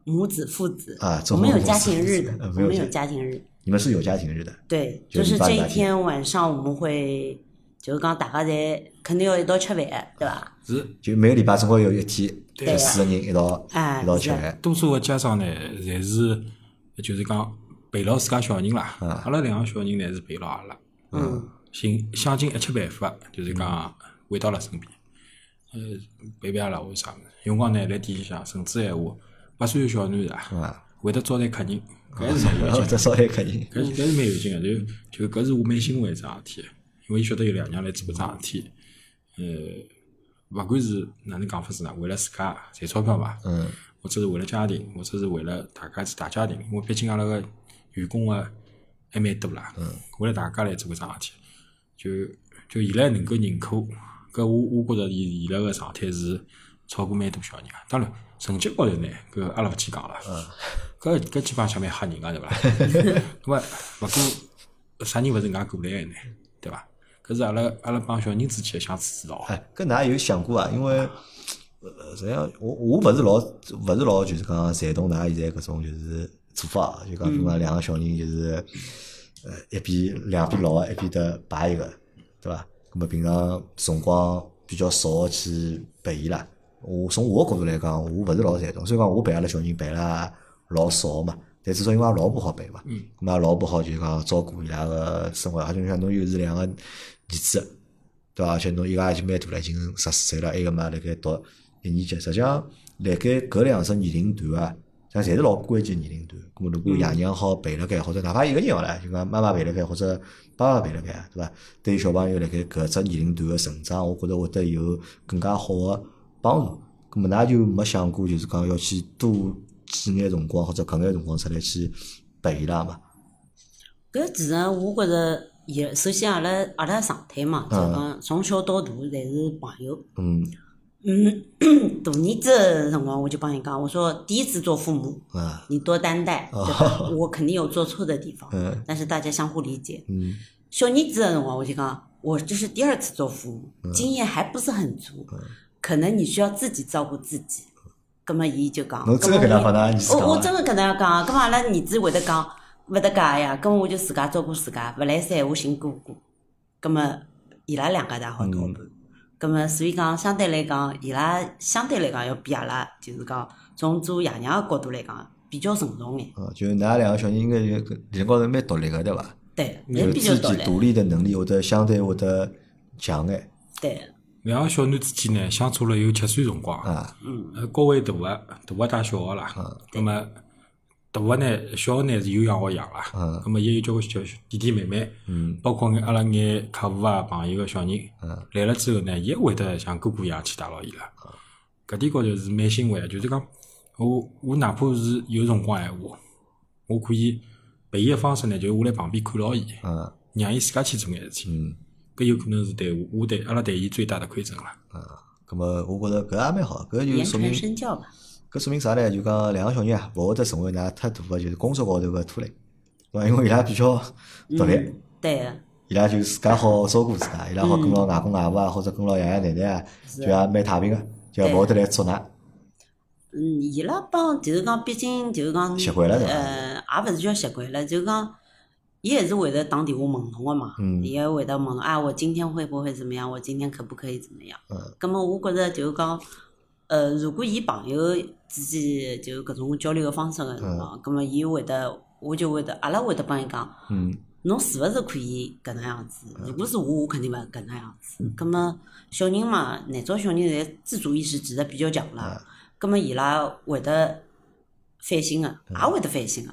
母子父子，啊周我末们有母家子庭父日子的呃，我没有们有家家庭日，你们是有家庭日的，对，就就是是礼拜这礼一拜天天晚上我们会，就是讲大家侪肯定要一道吃饭，对伐？是就每个礼拜总归有一天，对就啊四个人一道哎一道是吃的饭。多数个家长呢，侪是就是讲陪牢自家小人啦，阿拉两个小人呢是陪牢阿拉，嗯，尽想尽一切办法，就是讲回到了身边。呃，陪伴阿拉或者啥物事。有辰光呢，来店里向，甚至闲话，八岁小囡仔啊，会得招待客人，搿是蛮有劲再的，稍微客人，搿是搿是蛮有劲个。就就搿是我蛮欣慰一桩事体，因为伊晓得有两娘来做搿桩事体。呃，勿管是哪能讲法子呢，为了自家赚钞票伐，嗯，或者是为了家庭，或者是为了大家是大家庭，因为毕竟阿拉个员工个还蛮多啦，为了大家来做搿桩事体，就就伊拉能够认可，搿我我觉着伊伊拉个状态是超过蛮多小人啊。当然，成绩高头呢，搿阿拉勿去讲了，搿搿基本上蛮吓人啊个对伐？那么勿过啥人勿是搿能介过来个呢？对伐？搿是阿拉阿拉帮小人之间相处之道。啊哎，搿㑚有想过啊？因为呃，实际上我我勿是老勿是老就是讲啊赞同㑚现在搿种就是做法啊，就讲比如讲两个小人就是呃一边两边老个一边得排一个，对伐？葛么平常辰光比较少去陪伊拉。我从我个角度来讲，我勿是老赞同。虽然讲我陪阿拉小人陪了老少嘛，但至少因为阿拉老婆好陪嘛，嗯，阿拉老婆好就是讲照顾伊拉个生活，而且侬想侬又是两个儿子。对伐？而且侬一家已经蛮大了，已经十四岁了，还有个嘛，辣盖读一年级。实际上，辣盖搿两只年龄段啊，实际上侪是老关键年龄段。咾么，如果爷娘好陪辣盖，或者哪怕一个人好了，就讲妈妈陪辣盖，或者爸爸陪辣盖，啊对伐？对小朋友辣盖搿只年龄段个成长，我觉着会得有更加好个帮助。咾么，㑚就没想过，就是讲要去多挤眼辰光或者搿眼辰光出来去陪伊拉嘛？搿其实我觉着，也首先阿拉阿拉上台啊嘛，就讲从小到大侪是朋友。嗯嗯，大儿子的辰光我就帮伊讲，我说第一次做父母，啊你多担待，对 吧？我肯定有做错的地方，嗯但是大家相互理解。嗯小儿子的辰光我就讲，我这是第二次做父嗯母，经验还不是很足，可能你需要自己照顾自己。葛么伊就讲，侬真的葛搿么能帮㑚我儿子讲我我啊真的搿能样讲啊，葛么阿拉儿子会得讲，勿得介呀，葛么我就自家照顾自家，勿来三我寻哥哥。葛么伊拉两家头也好嗯交伴。葛么所以讲，相对来讲，伊拉相对来讲要比阿拉就是讲从做爷娘个角度来讲比较成熟眼，啊，就㑚两个小人应该就理论高头蛮独立个，对伐？对，就也是比较自独己立，独立的能力会得相对会得强眼对，两个小囡之间呢，相处了有七岁辰光啊，嗯，呃，高位大个，大个带小个啦。嗯那么大个呢，小个呢是有养活养啦。嗯那么也有交关小弟弟妹妹，嗯，包括眼阿拉眼客户啊、朋友个小人，嗯，来了之后呢，也会得像哥哥一样去带牢伊拉。搿点高头是蛮欣慰个，就是讲我我哪怕是有辰光闲话，我可以陪伊个方式呢，就是我辣旁边看牢伊，啊，让伊自家去做眼事体。嗯搿有可能是对我，我对阿拉对伊最大的馈赠了。啊，咁么我觉着搿也蛮好，搿就言说传明身教吧。搿说明啥呢？就讲两个小人啊，勿会得成为㑚太大个就是工作高头个拖累，对伐？因为伊拉比较独立，嗯，对的，伊拉就自家好照顾自家，伊拉好跟牢外公外婆啊，或者跟牢爷爷奶奶啊，就也蛮太平个，就也勿会得来捉㑚。嗯，伊拉帮就是讲，毕竟就是讲，习惯了对伐嗯呃，也勿是叫习惯了，就是讲，伊还是会得打电话问侬个嘛，嗯伊还会得问侬啊，我今天会不会怎么样？我今天可不可以怎么样？嗯，葛么我觉着就是讲，呃，如果伊朋友之间就是搿种交流个方式个辰光，葛么伊会得，我就会得，阿拉会得帮伊讲，嗯侬是勿是可以搿能样子？如果是我，我肯定勿搿能样子。葛么小人嘛，难早小人侪自主意识其实比较强啦。葛么伊拉会得反省个，也会得反省个。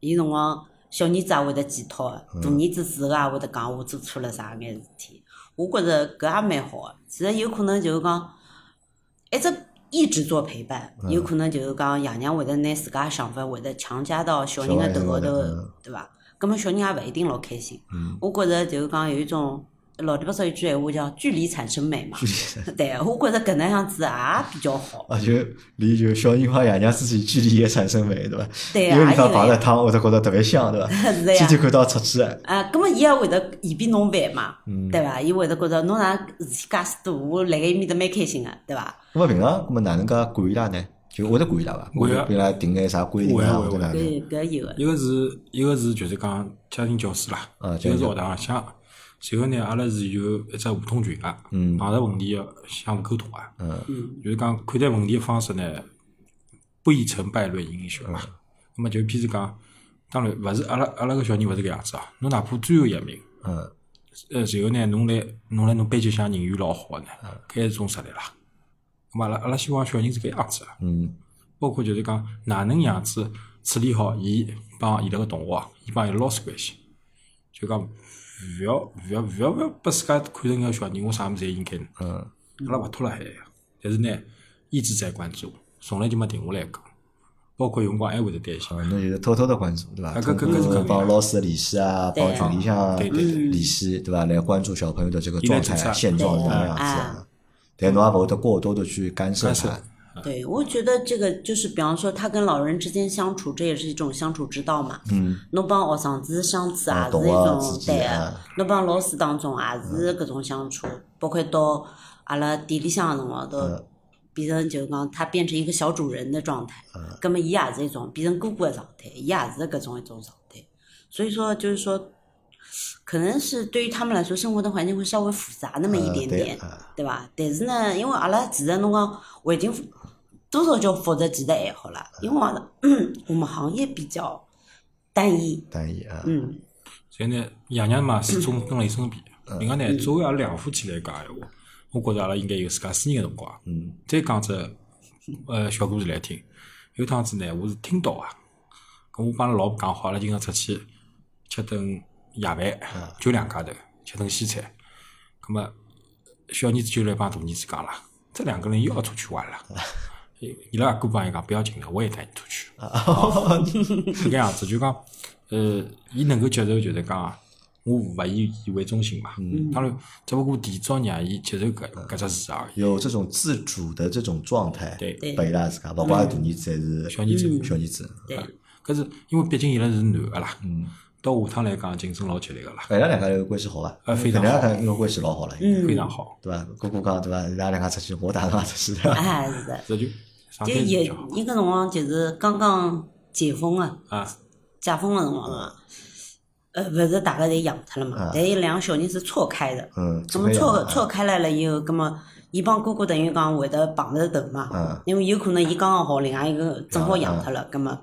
有辰光小儿子也会得检讨个，大儿子自个也会得讲我做错了啥眼事体。我觉着搿也蛮好个。其实有可能就是讲，一直一直做陪伴，有可能就是讲爷娘会得拿自家个想法会得强加到小人个头高小孩头子高头嗯，对伐？葛么小人也勿一定老开心。嗯，我觉着就是讲有一种老里八早有句闲话叫“距离产生美”嘛。对，我觉着搿能样子也比较好。啊，就离就小人和爷娘之间距离也产生美，对伐？对因为啊里向因为摆了汤，会得觉着特别香， 对伐？是的天呀。天看到哎出去的，啊，葛么伊也会得嫌比侬烦嘛，嗯对伐？伊会得觉着侬哪事体介许多，我辣盖伊面搭蛮开心个，对伐？咁么平常咁么哪能介管伊拉呢？就会得管伊拉伐？会会啊得给伊拉定眼啥规定啊，会啊会或啊者哪能？搿搿有个，一个是一个是就是讲家庭教师啦，啊一家庭个是教学堂向。随后呢，阿拉是有一只互通群个，嗯碰着啊问题要相互沟通啊。嗯嗯就是讲看待问题个方式呢，不以成败论英雄嗯嘛。那么啊就譬如讲，当然勿是阿拉阿拉个小人勿是搿样子啊。侬哪怕最后一名，嗯呃，随后呢，侬来侬来侬班级向人缘老好呢，嗯搿是种实力啦。咁嘛阿拉阿拉希望小人是搿样子的，啊嗯包括就是讲哪能样子处理好伊帮伊拉个同学啊，伊帮伊拉老师关系，就讲勿要勿要勿要勿要把自家看成一个小人，我啥物事侪应该呢。嗯阿拉勿拖拉海呀。但是呢，一直在关注，从来就没停下来过，包括有辰光还会得担心。啊，侬就是偷偷的关注，对伐？啊搿搿通搿是肯过定帮的老师的联系啊，帮对群里向对对对联系，对伐？来关注小朋友的这个伊来状做态啊、啥现状是哪对样子啊啊。但侬也勿会得过多的去干涉干涉他，对，我觉得这个就是，比方说他跟老人之间相处，这也是一种相处之道嘛。嗯，侬帮学生子相处啊也同是一学种之间对啊，嗯侬帮老师当中也是搿种相处，包括到阿拉店里向个辰光嗯都变成就是讲他变成一个小主人的状态，嗯葛么伊也是一种变成哥哥的状态，伊也是搿种一种状态。所以说就是说，可能是对于他们来说，生活的环境会稍微复杂那么一呃点对点，啊对伐？但是呢，因为阿拉其实侬讲环境复多少叫复杂，其实还好啦，因为阿拉 我们行业比较单一，单一啊，嗯。所以呢，爷娘嘛始终跟辣伊身边。另外呢，作为阿拉两夫妻来讲闲话，我觉着阿拉应该有自家私人个辰光。啊嗯，再讲只呃小故事来听。有趟子呢，我是听到啊，跟我帮阿拉老婆讲好，阿拉今朝出去吃顿夜饭，就两家头吃顿西餐。咁么，小儿子就来帮大儿子讲了，这两个人又要出去玩了。伊伊拉阿哥帮伊讲不要紧的，我也带你出去。是搿样子，就讲，呃，伊能够接受，就是讲啊，我勿以以为中心嘛。当然，只不过提早让伊接受搿搿只事实而已。有这种自主的这种状态，对嗯对嗯陪拉自家，包括阿大儿子还是小儿子小儿子，对，搿是因为毕竟伊拉是男个啦，嗯到下趟来讲竞争老激烈个啦，哎，伊拉两家头关系好伐？呃非常伊拉好两家头关系老好了，嗯应该非常好，对伐？哥哥讲对伐？伊拉两家出去，啊我带侬也出去，哎，是的，这就上就开始也比较好一个辰光就是刚刚解封啊，啊，解封的辰光啊，呃，不是大家侪养脱了嗯啊嘛，但有两个小人是错开的，嗯，那怎么么样错啊错开来了以后，那么伊帮哥哥等于讲会得碰着头嗯嘛，因为有可能伊刚刚好另外一个正好养啊脱了，那么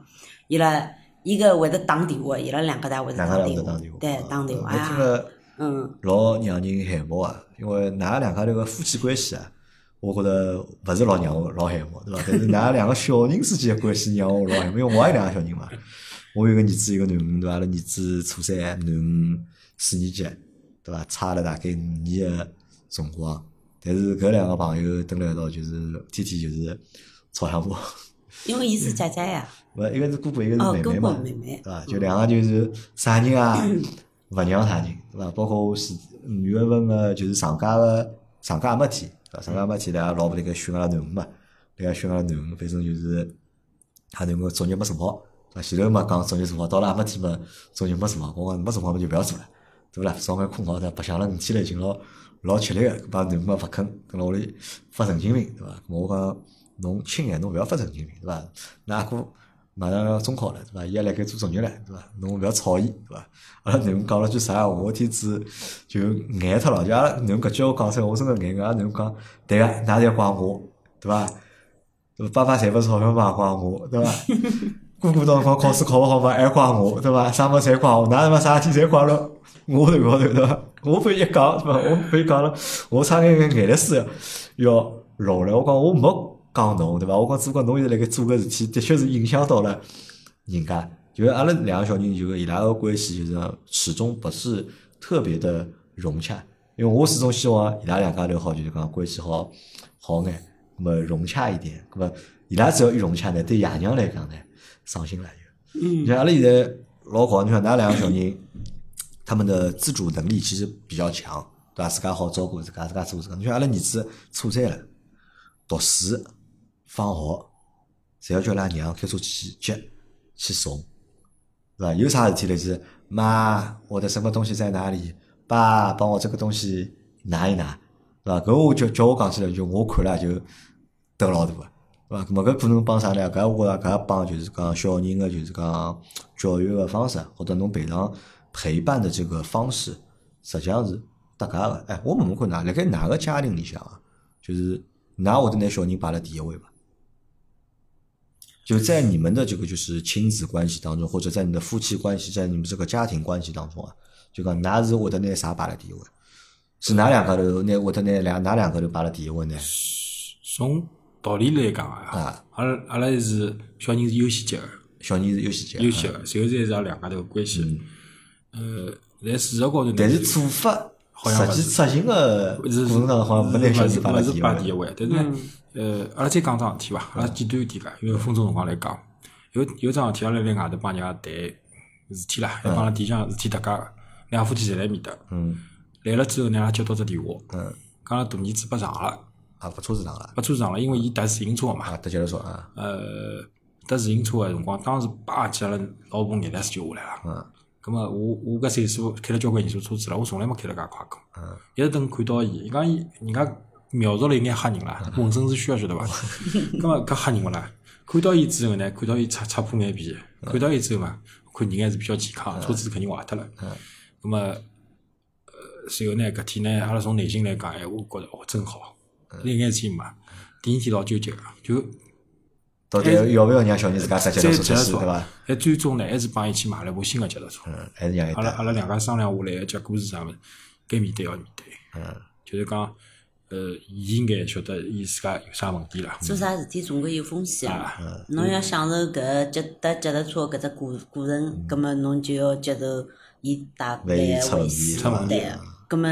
伊拉一个会得打电话，伊拉两个侪会得哪打能会电得话打电话？，对，打电话我听啊，了嗯，老让人羡慕啊，因为㑚两家头个夫妻关系啊，我觉着勿是老让我老羡慕，对伐？但是㑚两个小人之间的关系让我老羡慕，因为我也有两个小人嘛，我有个儿子，一个囡恩，对伐？阿拉儿子初三，囡恩四年级，对伐？差了大概五年个辰光，但是搿两个朋友蹲辣一道，就是天天就是吵相骂。因为伊嗯是姐姐呀，勿，一个是哥哥，一个哦是妹妹哥嘛，哥妹妹对嗯伐？就两个就是啥人啊，勿让啥人，对伐？包括我是五月份个，就是长假个长假也没天，对伐？长假没天，阿拉老婆辣盖训阿拉囡恩啊嘛，辣盖训阿拉囡恩，啊反正就是阿囡个作业没做好，对伐？前头嘛讲作业做好，到了阿没天嘛，作业没做好，我讲没做好嘛就勿要做了，对勿啦？烧眼困觉的，白相了五天了，已经老老吃力个，搿帮囡恩嘛勿肯，跟屋里发神经病，对伐？咾我讲侬轻眼，侬勿要发神经病，对伐？㑚阿哥。马上要中考了，对伐？伊也辣盖做作业了，对伐？侬勿要吵伊，对伐？阿拉囡恩讲了句啥闲话，我天子就眼脱了。就阿拉囡恩搿句我讲出来，我真个眼个。阿拉囡恩讲，对个，㑚侪怪我，对伐？对爸爸赚勿钞票嘛，也怪我，对伐？哥哥到辰光考试考勿好嘛，还怪我，对伐？啥物事侪怪我，㑚他妈啥事体侪怪了我头高头，对伐？我被一讲，对伐？我被讲了，我差眼眼泪水要流了。我讲我没讲侬，对伐？我讲只不过侬现在辣盖做个事体，的确是影响到了人家。就是阿拉两个小人，就是伊拉个关系，就是讲始终不是特别的融洽。因为我始终希望伊拉两家头好，就是讲关系好好眼，那么融洽一点。那么伊拉只要一融洽呢，对爷娘来讲呢，伤心了就。嗯，像阿拉现在老搞，你看哪两个小人， 他们的自主能力其实比较强，对伐？自家好照顾自家，自家做自家。你看阿拉儿子初三了，读书、放学，侪要叫伊拉娘开车去接、去送，对伐？有啥事体了就是妈，我的什么东西在哪里？爸，帮我这个东西拿一拿，对伐？搿我叫叫我讲起来，就我看了就得老大个，对伐？咾么搿可能帮啥呢？搿我觉着搿帮就是讲小人个，就是讲教育个方式，啊或者侬平常陪伴的这个方式，实际上是搭界个。哎，我问问看㑚，辣盖哪个家庭里向啊，就是㑚会得拿小人摆辣第一位伐？就在你们的这个就是亲子关系当中，或者在你们的夫妻关系，在你们这个家庭关系当中啊，就讲㑚是会得拿啥摆辣第一位？是㑚两家头拿会得拿两㑚两家头摆辣第一位呢？从道理来讲啊啊，阿拉阿拉是小人是优先级的，小人是优先级啊，嗯优先的，随后才是阿拉两家头的关系。呃，在事实高头呢，但是做法好像实勿际是执行的过是程当中好像没拿小勿人是摆辣勿第是一嗯摆第一位。位，但是呢，呃，阿拉再讲桩事体伐，阿拉简短一点伐，因为分钟辰光来讲，有有桩事体阿拉辣外头帮人家谈事体啦，要帮阿拉店里向事体搭界，两夫妻侪辣埃面搭，嗯来了之后呢，阿拉接到只电话，嗯，讲阿拉大儿子被撞了，啊，把车子上了被车撞了，因为伊踏自行车嘛，啊，搭脚踏车啊，呃，搭自行车个辰光，当时叭一记阿拉老婆眼泪水就下来了。嗯咁么我我搿岁数开了交关年数车子了，我从来没开了介快过。嗯一直等看到伊，伊讲伊人家描述了有眼吓人嗯啦，浑身是血晓 得伐？咁啊么搿吓人勿啦？看到伊之后呢，看到伊擦擦破眼皮，嗯看到伊之后嘛，看人还是比较健康，车子肯定坏脱了。嗯咁么，呃，随后呢，搿天呢，阿拉从内心来讲，哎，我觉着哦，真好，嗯那眼事体嘛，第一天老纠结个，就到底要不要让小人自家搭脚踏再车出接去触对伐？，还最终呢，还是帮伊去买了一部新个脚踏车。嗯，还是让伊阿拉搭阿拉两家商量下来，结果是啥物事？该面对要面对。嗯。就是讲，呃，伊应该晓得伊自家有啥问题啦。做啥事体总归有风险啊嗯嘛，侬要享受搿脚搭脚踏车搿只过过程，葛末侬就要接受伊带来万一出个危问题险出问题对，葛末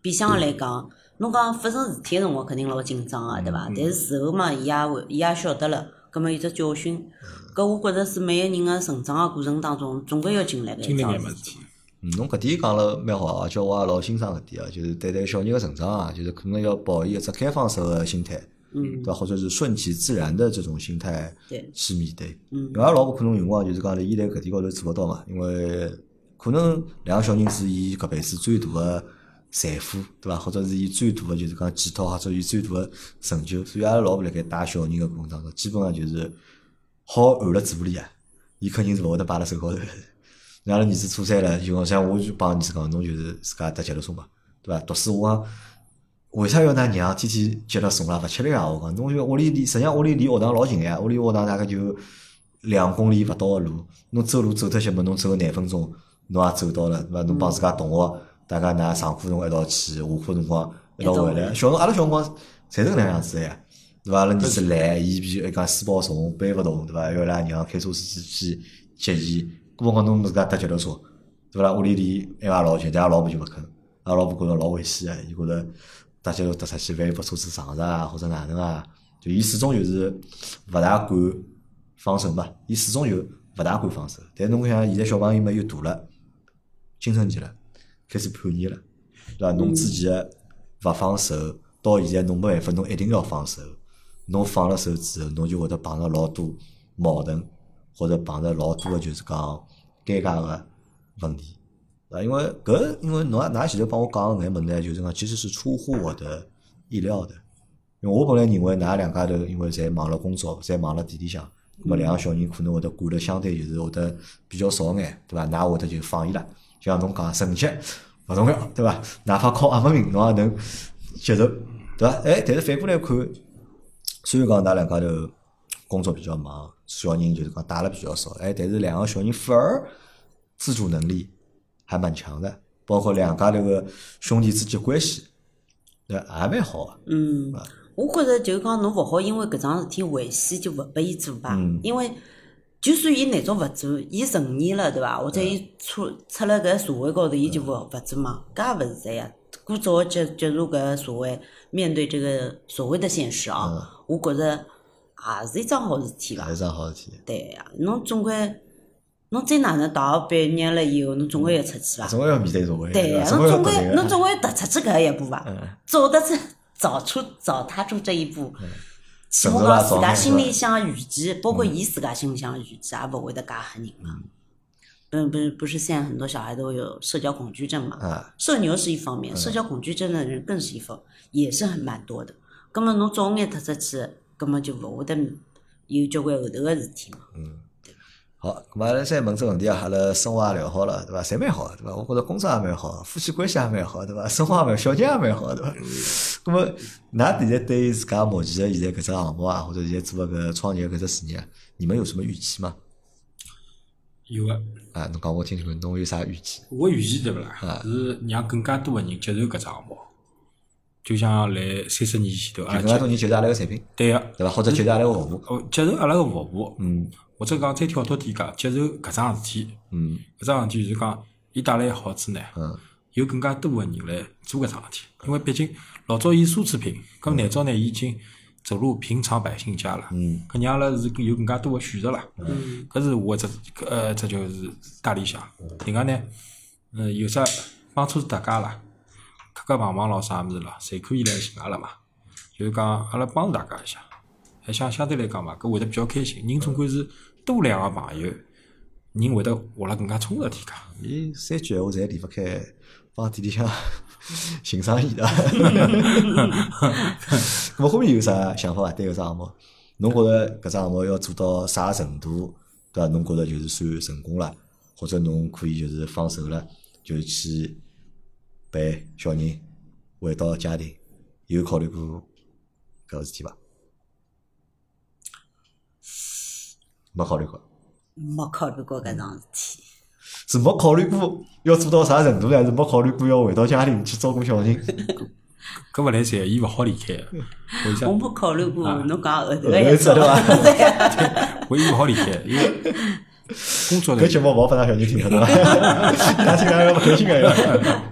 变相个来讲，侬讲发生事体个辰光肯定老紧张啊个，对伐？但是事后嘛，伊也会伊也晓得了，葛末有只教训。搿我觉着是每个人个成长个过程当中，总归要经历个经一历桩眼么事事体体。，嗯，侬搿点讲了蛮好啊，叫我也老欣赏搿点啊，就是对待小人个成长啊，就是可能要保持一只开放式个心态，嗯对伐？或者是顺其自然的这种心态对去面对。嗯因为阿拉老婆可能有辰光就是讲了，伊在搿点高头做勿到嘛，因为可能两个小人是伊搿辈子最大个财富，对伐？或者是伊最大个就是讲寄托，或者伊最大个成就。所以阿拉老婆辣盖带小人个过程当中，基本上就是好含了嘴巴里啊，伊肯定是勿会得摆辣手高头的。那阿拉儿子初三了，就讲像我就帮儿子讲，侬就是自家搭脚踏车嘛，对伐？读书我讲。为啥要㑚娘天天接了送啦？勿吃力啊！我讲，侬就屋里离，实际上屋里离学堂老近个呀，屋里学堂大概就两公里勿到个路，侬走路走脱些么？侬走个廿分钟，侬也走到了，对伐？侬帮自家同学，大家㑚上课辰光一道去，下课辰光一道回一道回来。来小辰光阿拉小辰光侪是搿能样子个呀，对伐？阿拉儿子懒，伊比如讲书包重，背勿动，对伐？要伊拉娘开车司机去接伊。搿辰光侬自家搭脚踏车，对勿啦？屋里离挨伐老近，但阿拉老婆就勿肯，阿拉老婆觉着老危险个，伊觉着搭脚踏车出去，万一把车子撞着啊，或者哪能啊，就伊始终就是勿大敢放手嘛，伊始终就勿大敢放手。但侬想，现在小朋友嘛又大了，青春期了，开始叛逆了，对伐？侬之前勿放手，到现在侬没办法，侬一定要放手。侬放了手之后，侬就会得碰着老多矛盾，或者碰着老多个就是讲尴尬个问题。啊，因为搿，因为侬也㑚前头帮我讲个眼问题，啊就是讲其实是出乎我的意料的。因为我本来认为㑚两家头因为侪忙了工作，侪忙了店里向，咁么两个小人可能会得管了相对就是会得比较少眼，对伐？㑚会得就放伊拉，就像侬讲成绩勿重要，对伐？哪怕考阿没名，侬也能接受，对伐？哎，但是反过来看，虽然讲㑚两家头工作比较忙，小人就是讲带了比较少，哎，但是两个小人反而自主能力还蛮强的，包括两家头个兄弟之间关系，那也蛮好啊。嗯，我觉着就是讲，侬勿好因为搿桩事体回去就勿拨伊做吧嗯，因为就算伊哪种勿做，伊成年了对伐？或者伊出出了搿社会高头，伊就勿勿做嘛，搿也勿是这样。过早接接触搿社会，面对这个社会的现实啊，我觉着也是一桩好事体还伐？是桩好事体。对呀，侬总归侬再哪能大学毕业了以后，侬总归要出去伐？啊总归要面对社会，对吧呀，总侬归要面总归对侬的。总归要踏出去搿一步伐嗯？走得出， 早出早踏出这一步，起省码着啦讲自早家眼心是里吧向的预期，嗯包括伊自家心里向的预期，也勿会得吓吓人嘛。嗯，不是不是，现在很多小孩都有社交恐惧症嘛。啊，社牛是一方面，社交恐惧症的人更是一方，也是很蛮多的。葛么侬早眼踏出去，葛么就勿会得有交关后头个事体嘛。好，咁阿拉再问只问题啊，阿拉生活也聊好了，对伐？侪蛮好，对伐？我觉着工作也蛮好，夫妻关系也蛮好，对伐？生活也蛮，小人也蛮好，对伐？咁啊么，㑚现在对于自家目前的现在搿只项目啊，或者现在做的搿创业搿只事业，你们有什么预期吗？有个。啊，侬讲我听听看，侬有啥预计？我预期对勿嗯啦？是让更加多个人接受搿只项目，就像来三十年前头，阿就拉更加接多人接受阿拉个产品，对个，对伐？或者接受阿拉个服务，哦，接受阿拉个服务，嗯或者讲再跳脱点讲，接受搿桩事体，嗯搿桩事体就是讲，伊带来个好处呢，嗯有更加多个人来做搿桩事体，因为毕竟老早伊奢侈品，咁难早呢伊已经走入平常百姓家了，嗯搿让阿拉是有更加多个选择啦。嗯搿是我只呃，这就是大理想。另外呢，嗯，有啥帮助大家啦，磕磕碰碰咯，啥物事咯，侪可以来寻阿拉嘛。就是讲阿拉帮助大家一下，还相相对来讲嘛，搿会得比较开心。人总归是多两个朋友，人会得活了更加充实点噶。伊三句闲话侪离勿开帮店里啊向寻生意的。咾么后面有啥想法伐？啊对搿只项目，侬觉着搿只项目要做到啥程度，对伐？侬觉着就是算成功了，或者侬可以就是放手了，就去陪小人回到家庭，有考虑过搿事体伐？没考虑过，没考虑过搿桩事体。是没考虑过要做到啥程度呢？还是没考虑过要回到家庭去照顾小人？搿勿来三，伊勿好离开的。为啥嗯我？没考虑过，侬讲后头后个一头种对伐？为伊勿好离开，因为工作呢搿，节目勿好拨㑚小人听 晓得伐？㑚听㑚要勿开心个呀。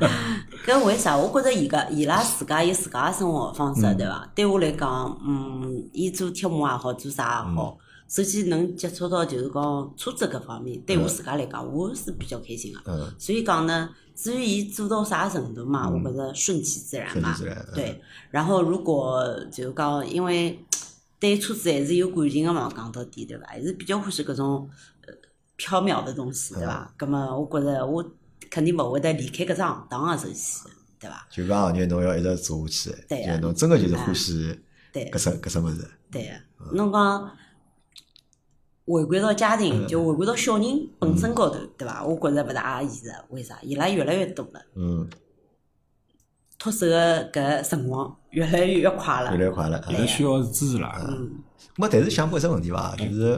搿为啥？我觉着伊个伊拉自家有自家个生活方式，对伐？对我来讲，嗯，伊做贴膜也好，做啥也好，首先能接触到就是讲车子搿方面，对我自家来讲，我是比较开心个。嗯所以讲呢，至于伊做到啥程度嘛，我觉着顺其自然嘛顺其自然嗯。对，然后如果就是讲，因为呃对车子还是有感情个嘛，讲到底对伐？还是比较欢喜搿种呃缥缈的东西对嗯伐？葛么我觉着我肯定勿会得离开搿只行当个首先对伐？就搿行业侬要一直做下去，对啊就是侬真个就是欢喜对啊搿只搿只物事。对个，侬讲回归到家嗯庭，就回归到小人本身高头对伐？我觉着勿大现实，为啥？伊拉越来越多了。嗯，脱手的搿辰光越来越快了越。来越快乐。还是需要支持啦。嗯，没，但是想过一只问题伐，就是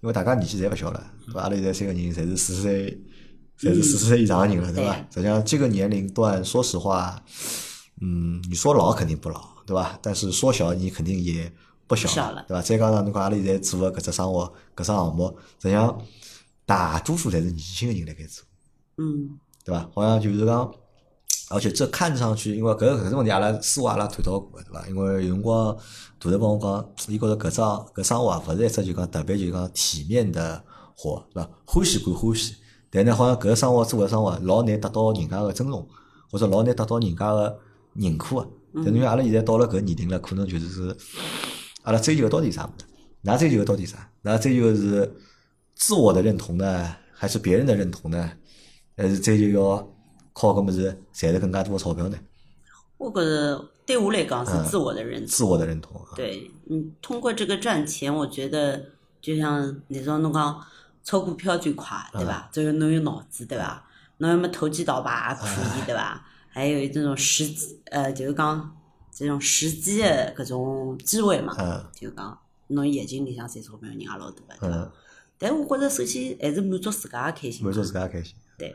因为大家年纪侪勿小了，嗯对伐？阿拉现在三个人侪是四十岁，侪是四十岁以上的人了，对伐嗯对？实际上这个年龄段，说实话，嗯，你说老肯定不老，对伐？但是说小你肯定也不小不小了对伐？再加上侬看阿拉现在做的搿只生活、搿只项目，实际上大多数侪是年轻的人辣盖做。嗯，对伐？好像就是讲，而且这看上去，因为搿个搿个问题，阿拉私下阿拉探讨过，对伐？因为有辰光大头帮我讲，伊觉着搿桩搿生活啊，勿是一只就讲特别就讲体面的活，对伐？欢喜归欢喜，但呢，好像搿个生活做搿生活，老难得到人家个尊重，或者老难得到人家个认可啊。但侬像阿拉现在到了搿个年龄了，可能就是是阿拉追求的到底是啥物事？㑚追求的到底是啥？㑚追求的是自我的认同呢，还是别人的认同呢？还是追求要靠搿物事赚得更加多的钞票呢？我觉着对我来讲是自我的认知。自我的认同啊，对，嗯，通过这个赚钱，我觉得就像你说侬讲炒股票最快，对嗯吧？只要侬有脑子，对吧？侬要么投机倒把也可嗯以，对吧？还有这种时机，呃，就是讲这种时机的各种机会嘛，嗯就是讲侬眼睛里向赚钞票人也老多的，对吧？嗯，但我觉着首先还是满足自家的开心满吧。足自家开心。对，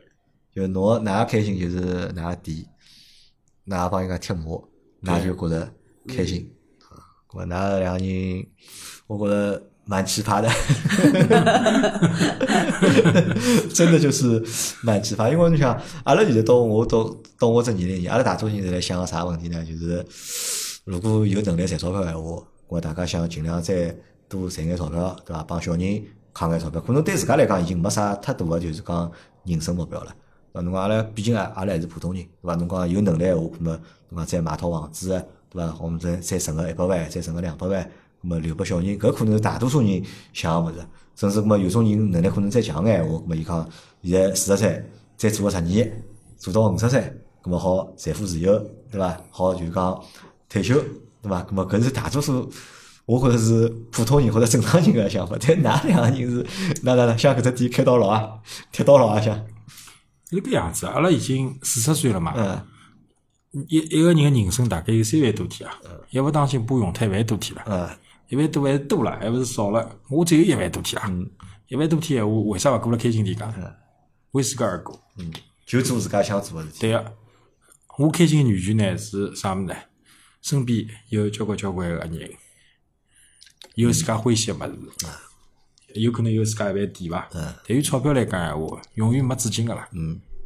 就侬㑚开心就是㑚点，㑚帮人家贴膜，㑚就觉着开心啊。咾么㑚两个人，我觉着蛮奇葩的， 真的就是蛮奇葩。因为你想，阿拉现在到我到到我这年龄，阿拉大多数人侪在想个啥问题呢？就是如果有能力赚钞票闲话，我大家想尽量再多赚眼钞票，对伐？帮小人扛眼钞票，可能对自家来讲已经没啥太大个，就是讲人生目标了。对伐？侬讲阿拉毕竟啊，阿拉还是普通人，对伐？侬讲有能力闲话，可么侬讲再买套房子，对伐？我们再再存个一百万，再存个两百万，咁么留拨小人，搿可能是大多数人想个物事。甚至咁么有种人能力可能再强眼哎闲话，咁么伊讲现在四十岁，再做个十年，做到五十岁，咁么好财富自由，对伐？好就是讲退休，对伐？咁么搿是大多数。我觉着是普通人或者正常人个想法，但㑚两个人是哪哪哪像搿只点开到老啊，贴到老啊，像是搿样子，阿拉已经四十岁了嘛。嗯。嗯一一个人的人生大概有三万多天啊，一不当心把用脱一万多天了，啊，嗯一万多还是多了，还不是少了。我只有一万多天啊，一万多天闲话，为啥勿过了开心点讲？为自家而过。就做自家想做个事体。对个，我开心个源泉呢是啥物事呢？身边有交关交关个人，有自家欢喜个物事，啊有可能有自家一万点伐。对于钞票来讲闲话，永远没止境个啦。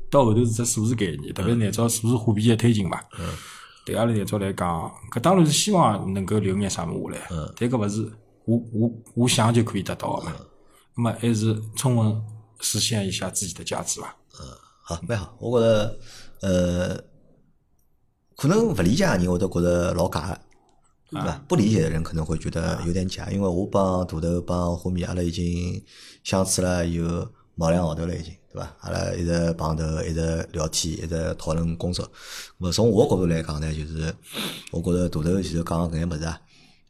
到后头是只数字概念，特别是按照数字货币个推进伐。对阿拉来照来讲，搿当然是希望能够留眼啥物事下来，但搿勿是我我我想就可以达到个嘛。那么还是充分实现一下自己的价值伐。嗯好，蛮好。我觉着，呃，可能勿理解个人会得觉着老假，对伐？不理解的人可能会觉得有点假，因为我帮大头帮花米，阿拉已经相处了有毛两个号头了，已经对伐？阿拉一直碰头，一直聊天，一直讨论工作。那么从我角度来讲呢，就是我觉着大头其实讲搿眼物事啊，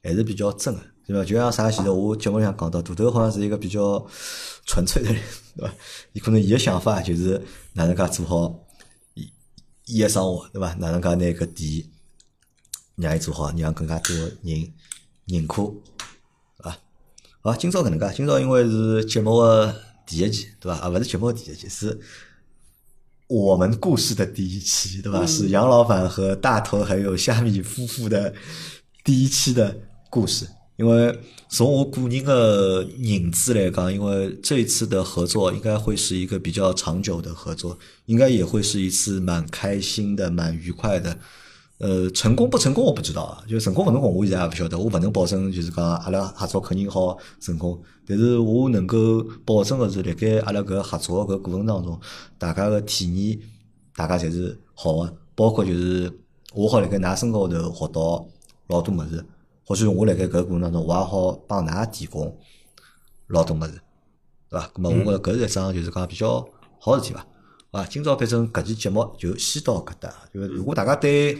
还是比较真个，对伐？就像啥，其实我节目里向讲到，大头好像是一个比较纯粹的人，对伐？伊可能伊个想法就是哪能介做好伊伊个生活，对伐？哪能介拿搿店让伊做好，让更加多个人认可，啊，好，今朝搿能介，今朝因为是节目个第一期，对伐？啊，勿是节目个第一期，是我们故事的第一期，对吧？是杨老板和大头还有虾米夫妇的第一期的故事。因为从我个人的认知来讲，因为这一次的合作应该会是一个比较长久的合作，应该也会是一次蛮开心的、蛮愉快的。呃，成功不成功我不知道啊，就成功勿成功我现在也勿晓得，我勿能保证就是讲阿拉合作肯定好成功，但是我能够保证个是，辣盖阿拉搿合作个搿过程当中，大家个体验，大家侪是好个，包括就是我好辣盖㑚身高头学到老多物事，或许我辣盖搿过程当中，我也好帮㑚提供老多物事，对伐？咁么我觉着搿是一桩就是讲比较好事体伐？啊，今朝反正搿期节目就先到搿搭。就是如果大家对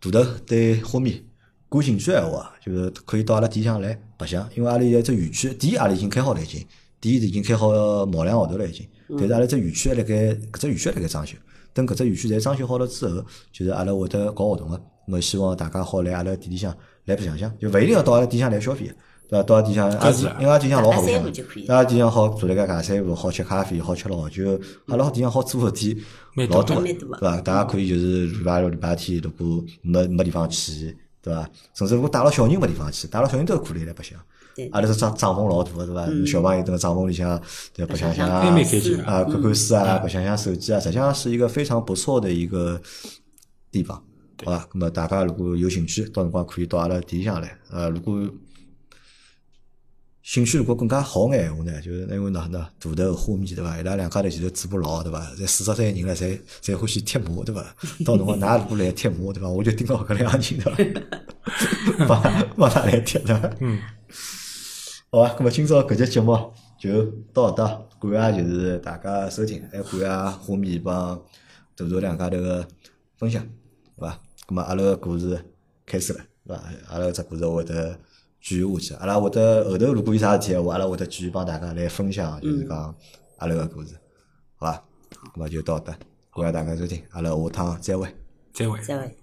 大头、对花面感兴趣的闲话啊，就是可以到阿拉店里向来白相，因为阿拉现在只园区店阿拉已经开好了已经，店已经开好毛两个号头了已经。但是阿拉只园区还辣盖搿只园区还辣盖装修，等搿只园区侪装修好了之后，就是阿拉会得搞活动个。咁么希望大家好来阿拉店里向来白相相，就勿一定要到阿拉店里向来消费的，对伐？到阿拉店里向，阿拉是店因为阿拉店里向老好白相打啊三的胡就可以，阿拉店里向好坐辣盖汏三胡，好吃咖啡，好吃老酒，阿拉店里向好做事体蛮多老多的，蛮对多的伐？大家可以就是礼拜六、礼拜天，如果没没地方去，对伐？甚至如果带牢小人没地方去，带牢小人都可以来白相对。阿拉是帐帐篷老大个对伐？嗯小朋友蹲辣帐篷里向对白相相啊，还蛮开心的啊，看看书啊，白相相手机啊，实际上是一个非常不错的一个地方，好吧？那么大家如果有兴趣，到辰光可以到阿拉店里向来。呃，如果兴趣如果更加好眼闲话呢，就是因为哪呢，大头花面对伐？伊拉两家头前头嘴巴老对伐？侪四十岁人了，侪侪欢喜贴膜对伐？到辰光㑚如果来贴膜对伐？我就盯牢搿两个人对伐？ 帮帮他来贴对伐？嗯。好吧，那么今朝搿节节目就到搿搭，感谢就是大家收听，还感谢花米帮大头两家头个分享，对伐？那么阿拉个故事开始了，对伐？啊阿拉只故事会得继续下去，阿拉会得后头如果有啥事体闲话，阿拉会得继续帮大家来分享，就是讲阿拉个故事，好伐？那么就到搿搭，感谢大家收听，阿拉下趟再会。再会。再会。